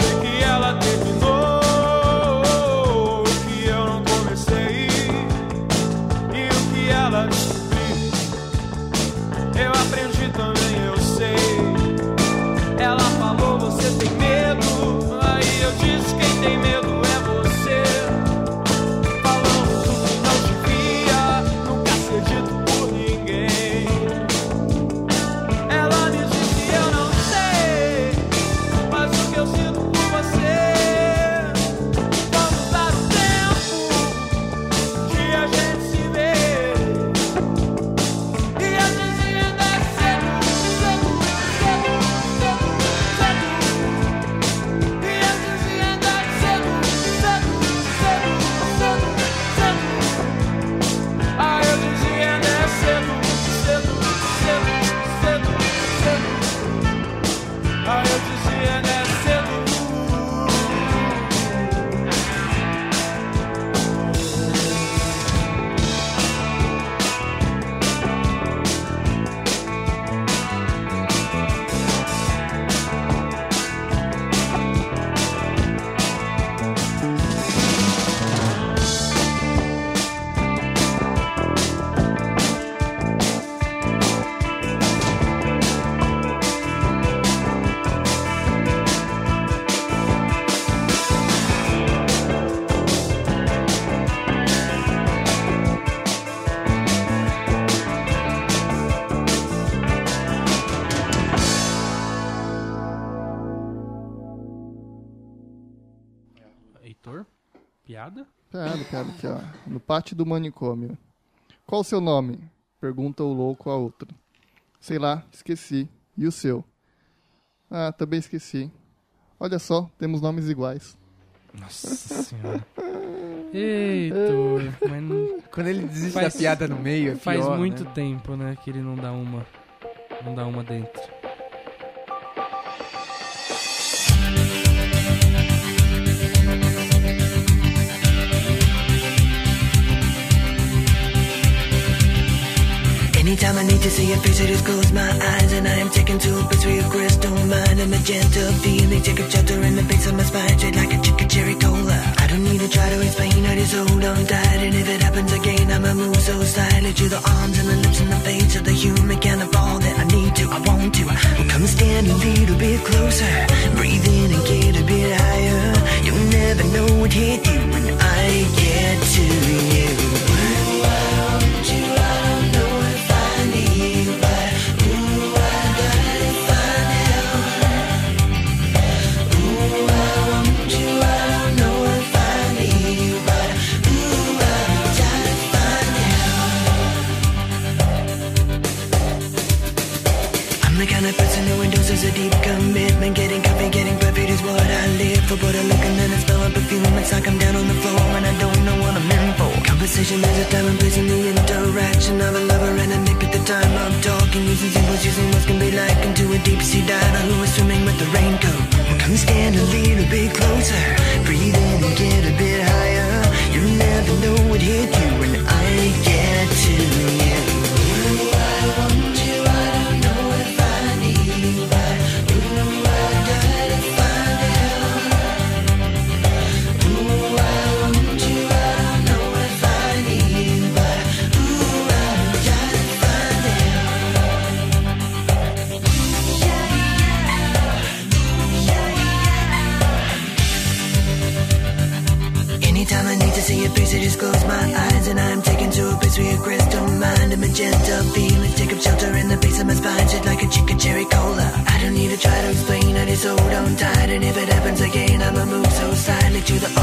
Sei que ela terminou, o que eu não comecei e o que ela descobriu. Eu aprendi também, eu sei. Ela falou: Você tem medo? Aí eu disse: Quem tem medo é você. Falamos o que não devia, nunca ser dito por ninguém. Ela me disse: Eu não sei. Mas o que eu sinto por você? Vamos dar o tempo que a gente se vê. E a gente ainda é cedo, cedo, cedo, cedo, cedo. E a gente ainda é cedo, cedo, cedo, cedo, cedo. Ah, eu dizia ainda é cedo, cedo, cedo, cedo, cedo. Ah, eu dizia né, cedo.
Heitor? Piada?
Piada, piada aqui, ó. No pátio do manicômio. Qual o seu nome? Pergunta o louco a outro. Sei lá, esqueci. E o seu? Ah, também esqueci. Olha só, temos nomes iguais.
Nossa senhora. Heitor, mas não-
Quando ele desiste
Faz-
da piada no meio, é
faz
pior,
muito
né?
tempo, né, que ele não dá uma. Não dá uma dentro.
Anytime I need to see your face, I just close my eyes and I am taken to a picture of crystal mind. A magenta feeling, take a chapter in the face of my spine, straight like a chicken cherry cola. I don't need to try to explain, I just hold on tight. And if it happens again, I'ma move so silently to the arms and the lips and the face of the human kind of all that I need to, I want to. Come stand a little bit closer, breathe in and get a bit higher. You'll never know what hit you when I get to you. Ooh, I want you, I don't know if I need you, but ooh, I got it by now. Ooh, I want you, I don't know if I need you, but ooh, I got it by now. I'm the kind of person who endorses a deep commitment. Getting coffee, getting perfect is what I live for. But I look and then I smell a perfume. It's like I'm down on the floor and I don't know what I'm in for. Conversation is a time and place in the interaction of a lover and a nick at the time I'm talking. Using symbols, using what can be like into a deep sea diver who is swimming with the raincoat. Well, come stand a little bit closer. Breathe in and get a bit higher. You never know what hit you when I get to you. Ooh, I want you, I don't know if I need you, but ooh, I gotta find out. Ooh, I want you, I don't know if I need you, but ooh, I gotta find out. Anytime I need to see your face, I just close my eyes and I'm taken to a place where your crystal mind, a magenta feeling, take up shelter in the base of my spine, shit like a chicken cherry cola. I don't need to try to explain, I just hold on tight, and if it happens again, I'ma move so silently to the